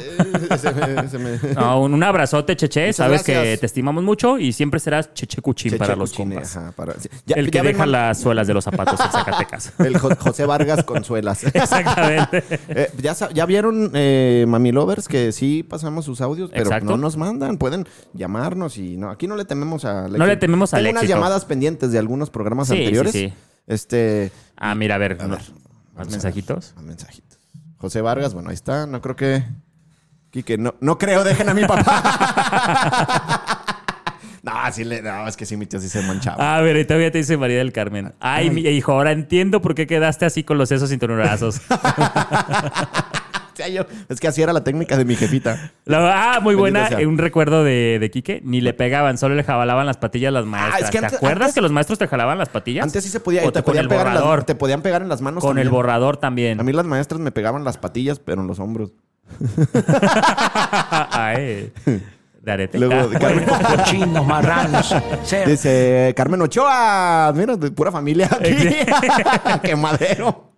D: me- se me-
C: No, un, un abrazote, Cheche.
D: Muchas
C: Sabes que
D: gracias.
C: te estimamos mucho y siempre serás Cheche Cuchín
D: Cheche
C: para los
D: Cuchine,
C: compas.
D: ajá, para- sí. Ya-
C: el
D: ya
C: que
D: ven,
C: deja
D: man-
C: las suelas de los zapatos en Zacatecas.
D: El Jo- José Vargas Consuelas.
C: Exactamente.
D: Eh, ya, sa- ya vieron, eh, Mami Lovers, que sí pasamos sus audios, pero
C: Exacto.
D: no nos mandan. Pueden llamarnos y no. Aquí no le tememos a
C: No le tememos al
D: Tengo unas
C: éxito.
D: llamadas pendientes de algunos programas
C: Sí, sí,
D: anteriores.
C: sí.
D: Este.
C: Ah, mira, a ver.
D: A ver.
C: ¿Más mensajitos?
D: a ver, mensajitos. José Vargas, bueno, ahí está. No creo que. Quique, no, no creo, dejen a mi papá. no, sí le. No, es que sí, mi tío sí se manchaba.
C: Ah, A ver, y todavía te dice María del Carmen. Ay, mi hijo, ahora entiendo por qué quedaste así con los sesos cinturonazos. Ah.
D: O sea, yo- es que así era la técnica de mi jefita.
C: La- ah, muy buena.
D: Bendito sea.
C: Un recuerdo de, de Quique. Ni le pegaban, solo le jalaban las patillas las maestras.
D: Ah, es que antes-
C: ¿Te acuerdas
D: antes-
C: que los maestros te jalaban las patillas?
D: Antes sí se podía.
C: O
D: y te,
C: con
D: podían
C: el
D: pegar en
C: borrador.
D: las, te podían pegar en las manos.
C: con el
D: también.
C: borrador también.
D: A mí las maestras me pegaban las patillas, pero en los hombros.
C: Ay. De arete.
D: Luego,
C: Ah,
D: Carmen,
I: Puercos, cochinos, marranos, cerdos.
D: dice Carmen Ochoa. Mira, de pura familia aquí. ¡Qué madero!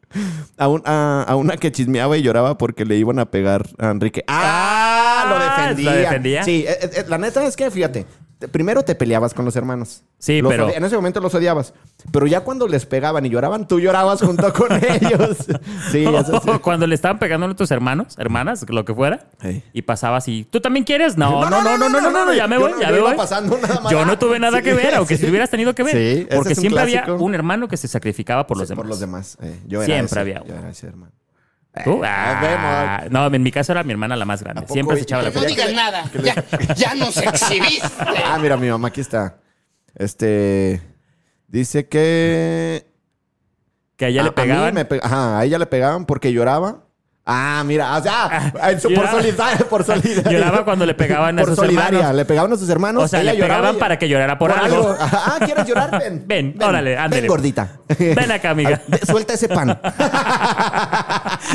D: A, un- a- a una que chismeaba y lloraba porque le iban a pegar a Enrique. ¡Ah!
C: Ah,
D: lo defendía.
C: ¿lo defendía?
D: Sí, eh, eh, la neta es que, fíjate, te- primero te peleabas con los hermanos.
C: Sí,
D: Los
C: pero-
D: odi- En ese momento los odiabas. Pero ya cuando les pegaban y lloraban, tú llorabas junto con ellos. Sí, eso sí.
C: Cuando le estaban pegando a tus hermanos, hermanas, lo que fuera,
D: Ey.
C: y pasaba así, ¿tú también quieres? No, no, no, no, no, no, no, ya me
D: yo
C: voy,
D: no-
C: ya
D: yo
C: me
D: iba
C: voy.
D: pasando nada más.
C: Yo no tuve nada
D: Sí,
C: que ver, aunque
D: sí.
C: si hubieras tenido que ver.
D: Sí, ese
C: porque
D: es un
C: siempre había
D: clásico.
C: un hermano que se sacrificaba por los demás.
D: Por los demás. eh. Yo era
C: Siempre
D: ese,
C: había
D: Yo
C: uno.
D: era ese hermano.
C: ¿Tú?
D: Ah,
C: Ah, no, en mi caso era mi hermana la más grande.
D: poco
C: Siempre se
D: y-
C: echaba la
D: y-
E: No
C: pelea.
E: digas
D: que-
E: nada.
D: que le-
E: Ya, ya nos exhibiste.
D: Ah, mira, mi mamá aquí está. Este. Dice que.
C: Que a ella
D: a-
C: le
D: a mí
C: pegaban.
D: me pe- Ajá, a ella le pegaban porque lloraba. Ah, mira, o sea, en su- por
C: lloraba.
D: solidaria, por solidaria.
C: Lloraba cuando le pegaban a
D: Por
C: sus
D: solidaria,
C: hermanos.
D: le pegaban a sus hermanos.
C: O sea,
D: ella
C: le
D: lloraba
C: pegaban
D: y-
C: para que llorara por algo.
D: Ah, ¿quieres llorar? Ven.
C: Ven, órale, ándele.
D: Ven, gordita.
C: Ven acá, amiga.
D: Ah, ve, Suelta ese pan.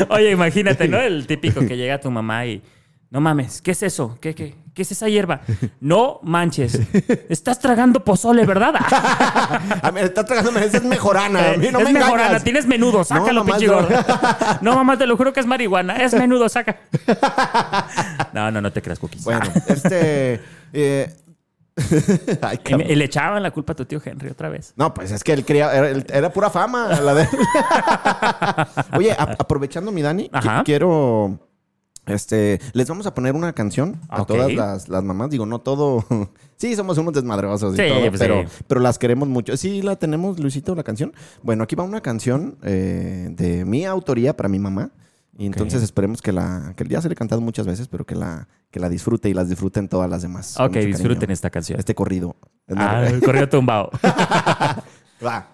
C: Oye, imagínate, ¿no? El típico que llega tu mamá y. No mames, ¿qué es eso? ¿Qué, qué, ¿Qué es esa hierba? No manches. Estás tragando pozole, ¿verdad?
D: A mí, está tragándome, esa es mejorana. A mí no
C: Eh, es
D: me
C: mejorana,
D: engañas.
C: tienes menudo, sácalo,
D: No, mamá,
C: pinche
D: no.
C: gordo. No, mamá, te lo juro que es marihuana. Es menudo, saca. No, no, no te creas, cookies.
D: Bueno, este. eh, Ay,
C: Y, me-
D: cabrón.
C: y le echaban la culpa a tu tío Henry otra vez.
D: No, pues es que él quería, era, él- era pura fama la de él. Oye, a- aprovechando mi Dani, qui-
C: Ajá.
D: quiero. Este, les vamos a poner una canción a
C: Ok.
D: todas las, las mamás. Digo, no todo. sí, somos unos desmadrosos y
C: Sí,
D: todo,
C: pues
D: pero,
C: sí.
D: pero las queremos mucho. Sí, la tenemos, Luisito, la canción. Bueno, aquí va una canción eh, de mi autoría para mi mamá. Y entonces esperemos que la. que ya se le he cantado muchas veces, pero que la, que la disfrute y las disfruten todas las demás. Con
C: Ok,
D: mucho cariño.
C: disfruten esta canción.
D: Este corrido.
C: Ah, el corrido tumbado.
D: Va.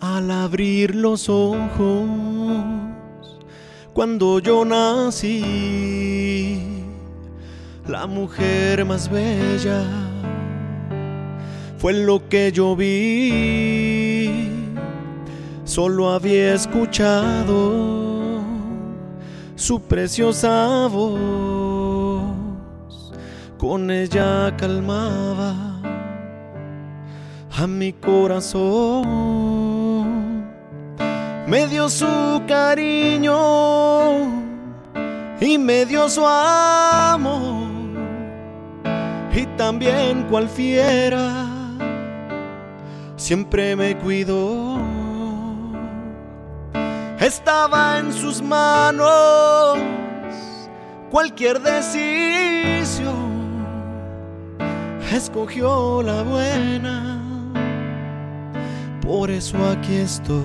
K: al abrir los ojos cuando yo nací. La mujer más bella fue lo que yo vi. Solo había escuchado su preciosa voz. Con ella calmaba a mi corazón. Me dio su cariño y me dio su amor. Y también cual fiera siempre me cuidó. Estaba en sus manos cualquier decisión. Escogió la buena. Por eso aquí estoy.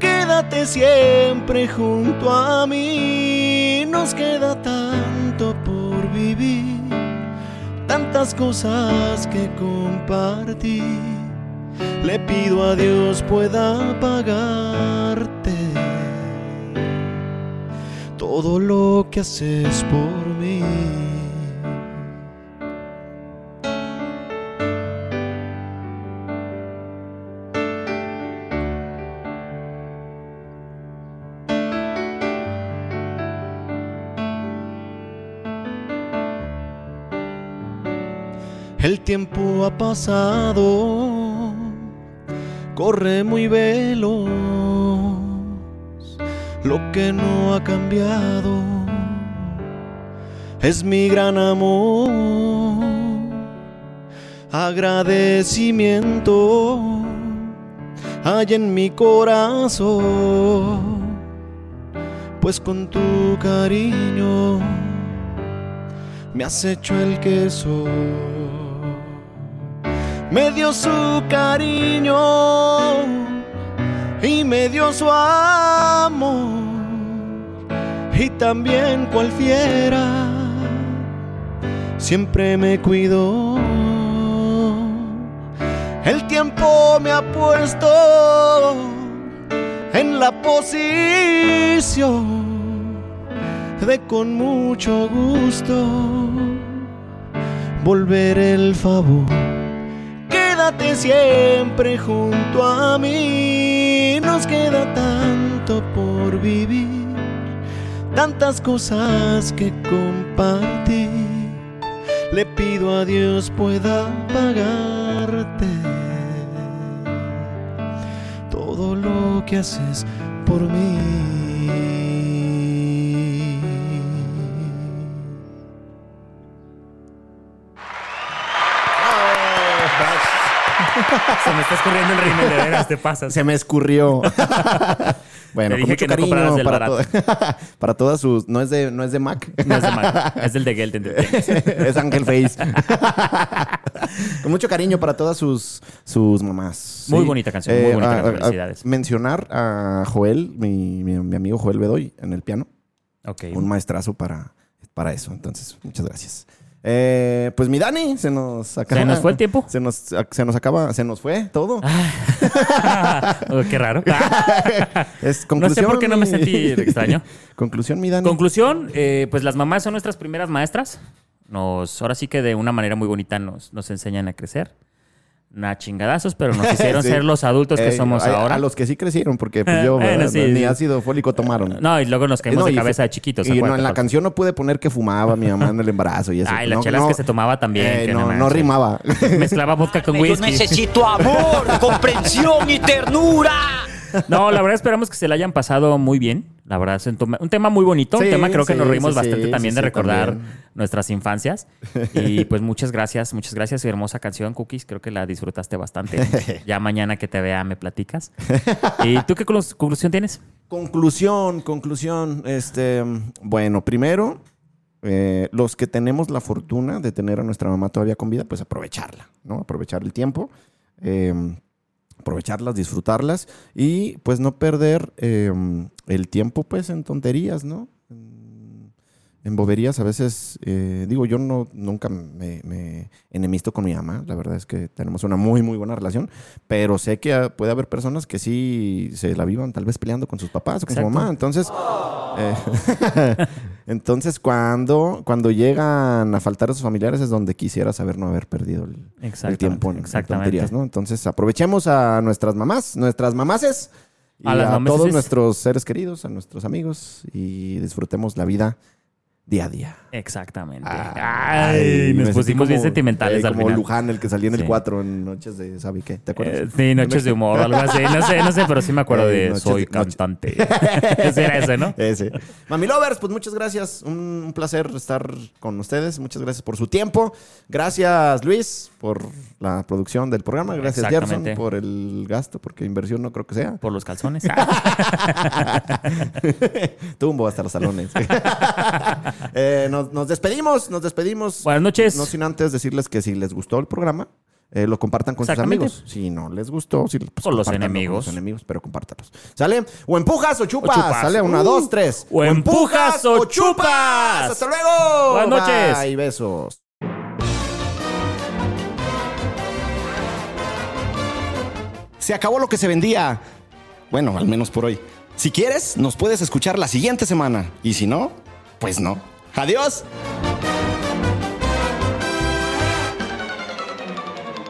K: Quédate siempre junto a mí. Nos queda tanto por vivir. Tantas cosas que compartir. Le pido a Dios pueda pagarte todo lo que haces por mí. El tiempo ha pasado, corre muy veloz. Lo que no ha cambiado es mi gran amor. Agradecimiento hay en mi corazón, pues con tu cariño me has hecho el que soy. Me dio su cariño y me dio su amor. Y también cual fiera siempre me cuidó. El tiempo me ha puesto en la posición de con mucho gusto volver el favor. Quédate siempre junto a mí, nos queda tanto por vivir, tantas cosas que compartir. Le pido a Dios pueda pagarte todo lo que haces por mí.
C: Se me está escurriendo el rímel, de veras, te pasas.
D: Se me escurrió. bueno,
C: Te dije
D: con mucho
C: que no compraras
D: cariño
C: del
D: para,
C: barato.
D: toda- para todas sus. No es de, no es de Mac.
C: No es de Mac, es del de Gelten. te entiendes.
D: es Ángel Face. con mucho cariño para todas sus, sus mamás.
C: Muy bonita canción,
D: Eh,
C: muy
D: ah,
C: bonita canción, felicidades.
D: mencionar a Joel, mi, mi- mi amigo Joel Bedoy, en el piano.
C: Ok.
D: Un maestrazo para, para eso. Entonces, muchas gracias. Eh, pues mi Dani, se nos acaba.
C: nos fue el tiempo? Ah,
D: Se nos, se nos acaba, se nos fue todo.
C: Oh, qué raro.
D: Es
C: No sé
D: conclusión,
C: por qué no me
D: mi-
C: sentí extraño.
D: conclusión, mi Dani.
C: Conclusión, eh, pues las mamás son nuestras primeras maestras. Nos, ahora sí que de una manera muy bonita nos, nos enseñan a crecer, a chingadazos, pero nos hicieron ser los adultos que
D: Eh,
C: somos
D: a-
C: ahora.
D: A los que sí crecieron, porque pues, yo
C: Bueno,
D: ¿verdad?
C: sí,
D: ni
C: sí.
D: ácido fólico tomaron.
C: No, y luego nos caímos
D: No,
C: de
D: y-
C: cabeza de chiquitos.
D: Y no, en la
C: acuérdate.
D: canción no pude poner que fumaba mi mamá en el embarazo y eso.
C: Ay, las
D: No,
C: chelas
D: no.
C: que se tomaba también.
D: Eh,
C: que
D: no,
C: manches.
D: no rimaba.
C: Mezclaba vodka con
L: Yo
I: pues
C: whisky.
L: necesito amor, comprensión y ternura.
C: No, la verdad esperamos que se la hayan pasado muy bien. La verdad es un tema, un tema muy bonito.
L: Sí,
C: un tema creo que
L: sí,
C: nos reímos
L: sí,
C: bastante
L: sí,
C: también
L: sí,
C: de recordar
L: también.
C: nuestras infancias. Y pues muchas gracias, muchas gracias. Hermosa canción, Cookies. Creo que la disfrutaste bastante. Ya mañana que te vea me platicas. ¿Y tú qué conclu- conclusión tienes?
D: Conclusión, conclusión. Este, bueno, primero, eh, los que tenemos la fortuna de tener a nuestra mamá todavía con vida, pues aprovecharla, ¿no? Aprovechar el tiempo, eh, aprovecharlas, disfrutarlas y pues no perder eh, el tiempo pues en tonterías, ¿no? En- En boberías a veces, eh, digo, yo no, nunca me, me enemisto con mi mamá, la verdad es que tenemos una muy, muy buena relación, pero sé que ah, puede haber personas que sí se la vivan tal vez peleando con sus papás o con
C: Exacto.
D: su mamá, entonces... eh, entonces, cuando, cuando llegan a faltar a sus familiares es donde quisieras haber no haber perdido el, el
C: Exactamente,
D: tiempo en, en
C: exactamente.
D: tonterías, ¿no? Entonces, aprovechemos a nuestras mamás, nuestras mamases y
C: A
D: a,
C: las mamases.
D: todos nuestros seres queridos, a nuestros amigos y disfrutemos la vida día a día.
C: Exactamente. Ay, nos
D: me sentí
C: pusimos bien
D: como-
C: sentimentales
D: eh,
C: al
D: como
C: final.
D: Luján, el que salía en el
C: Sí.
D: 4 en Noches de ¿Sabe qué? ¿Te acuerdas?
C: Eh, sí, Noches de Humor, algo así. No sé, no sé, pero sí me acuerdo
D: Eh,
C: de
D: Noches
C: Soy
D: de-
C: cantante. ese era ese, ¿no?
D: Ese. Mami Lovers, pues muchas gracias. Un, un placer estar con ustedes. Muchas gracias por su tiempo. Gracias, Luis, por la producción del programa. Gracias, Gerson,
C: Exactamente.
D: por el gasto, porque inversión no creo que sea.
C: Por los calzones.
D: Tumbo hasta los salones. Eh, nos, nos despedimos, nos despedimos.
C: Buenas noches.
D: No sin antes decirles que si les gustó el programa, eh, lo compartan con sus
C: Exactamente.
D: amigos. Si no les gustó, si, pues,
C: Con los
D: compártanlo con
C: enemigos.
D: los enemigos, pero compártalos. ¿Sale? O empujas o chupas.
C: chupas.
D: Sale, una,
C: Uh.
D: dos, tres.
C: O empujas o chupas.
D: Hasta luego.
C: Buenas noches.
D: Bye, besos.
A: Se acabó lo que se vendía. Bueno, al menos por hoy. Si quieres, nos puedes escuchar la siguiente semana. Y si no, pues no. Adiós.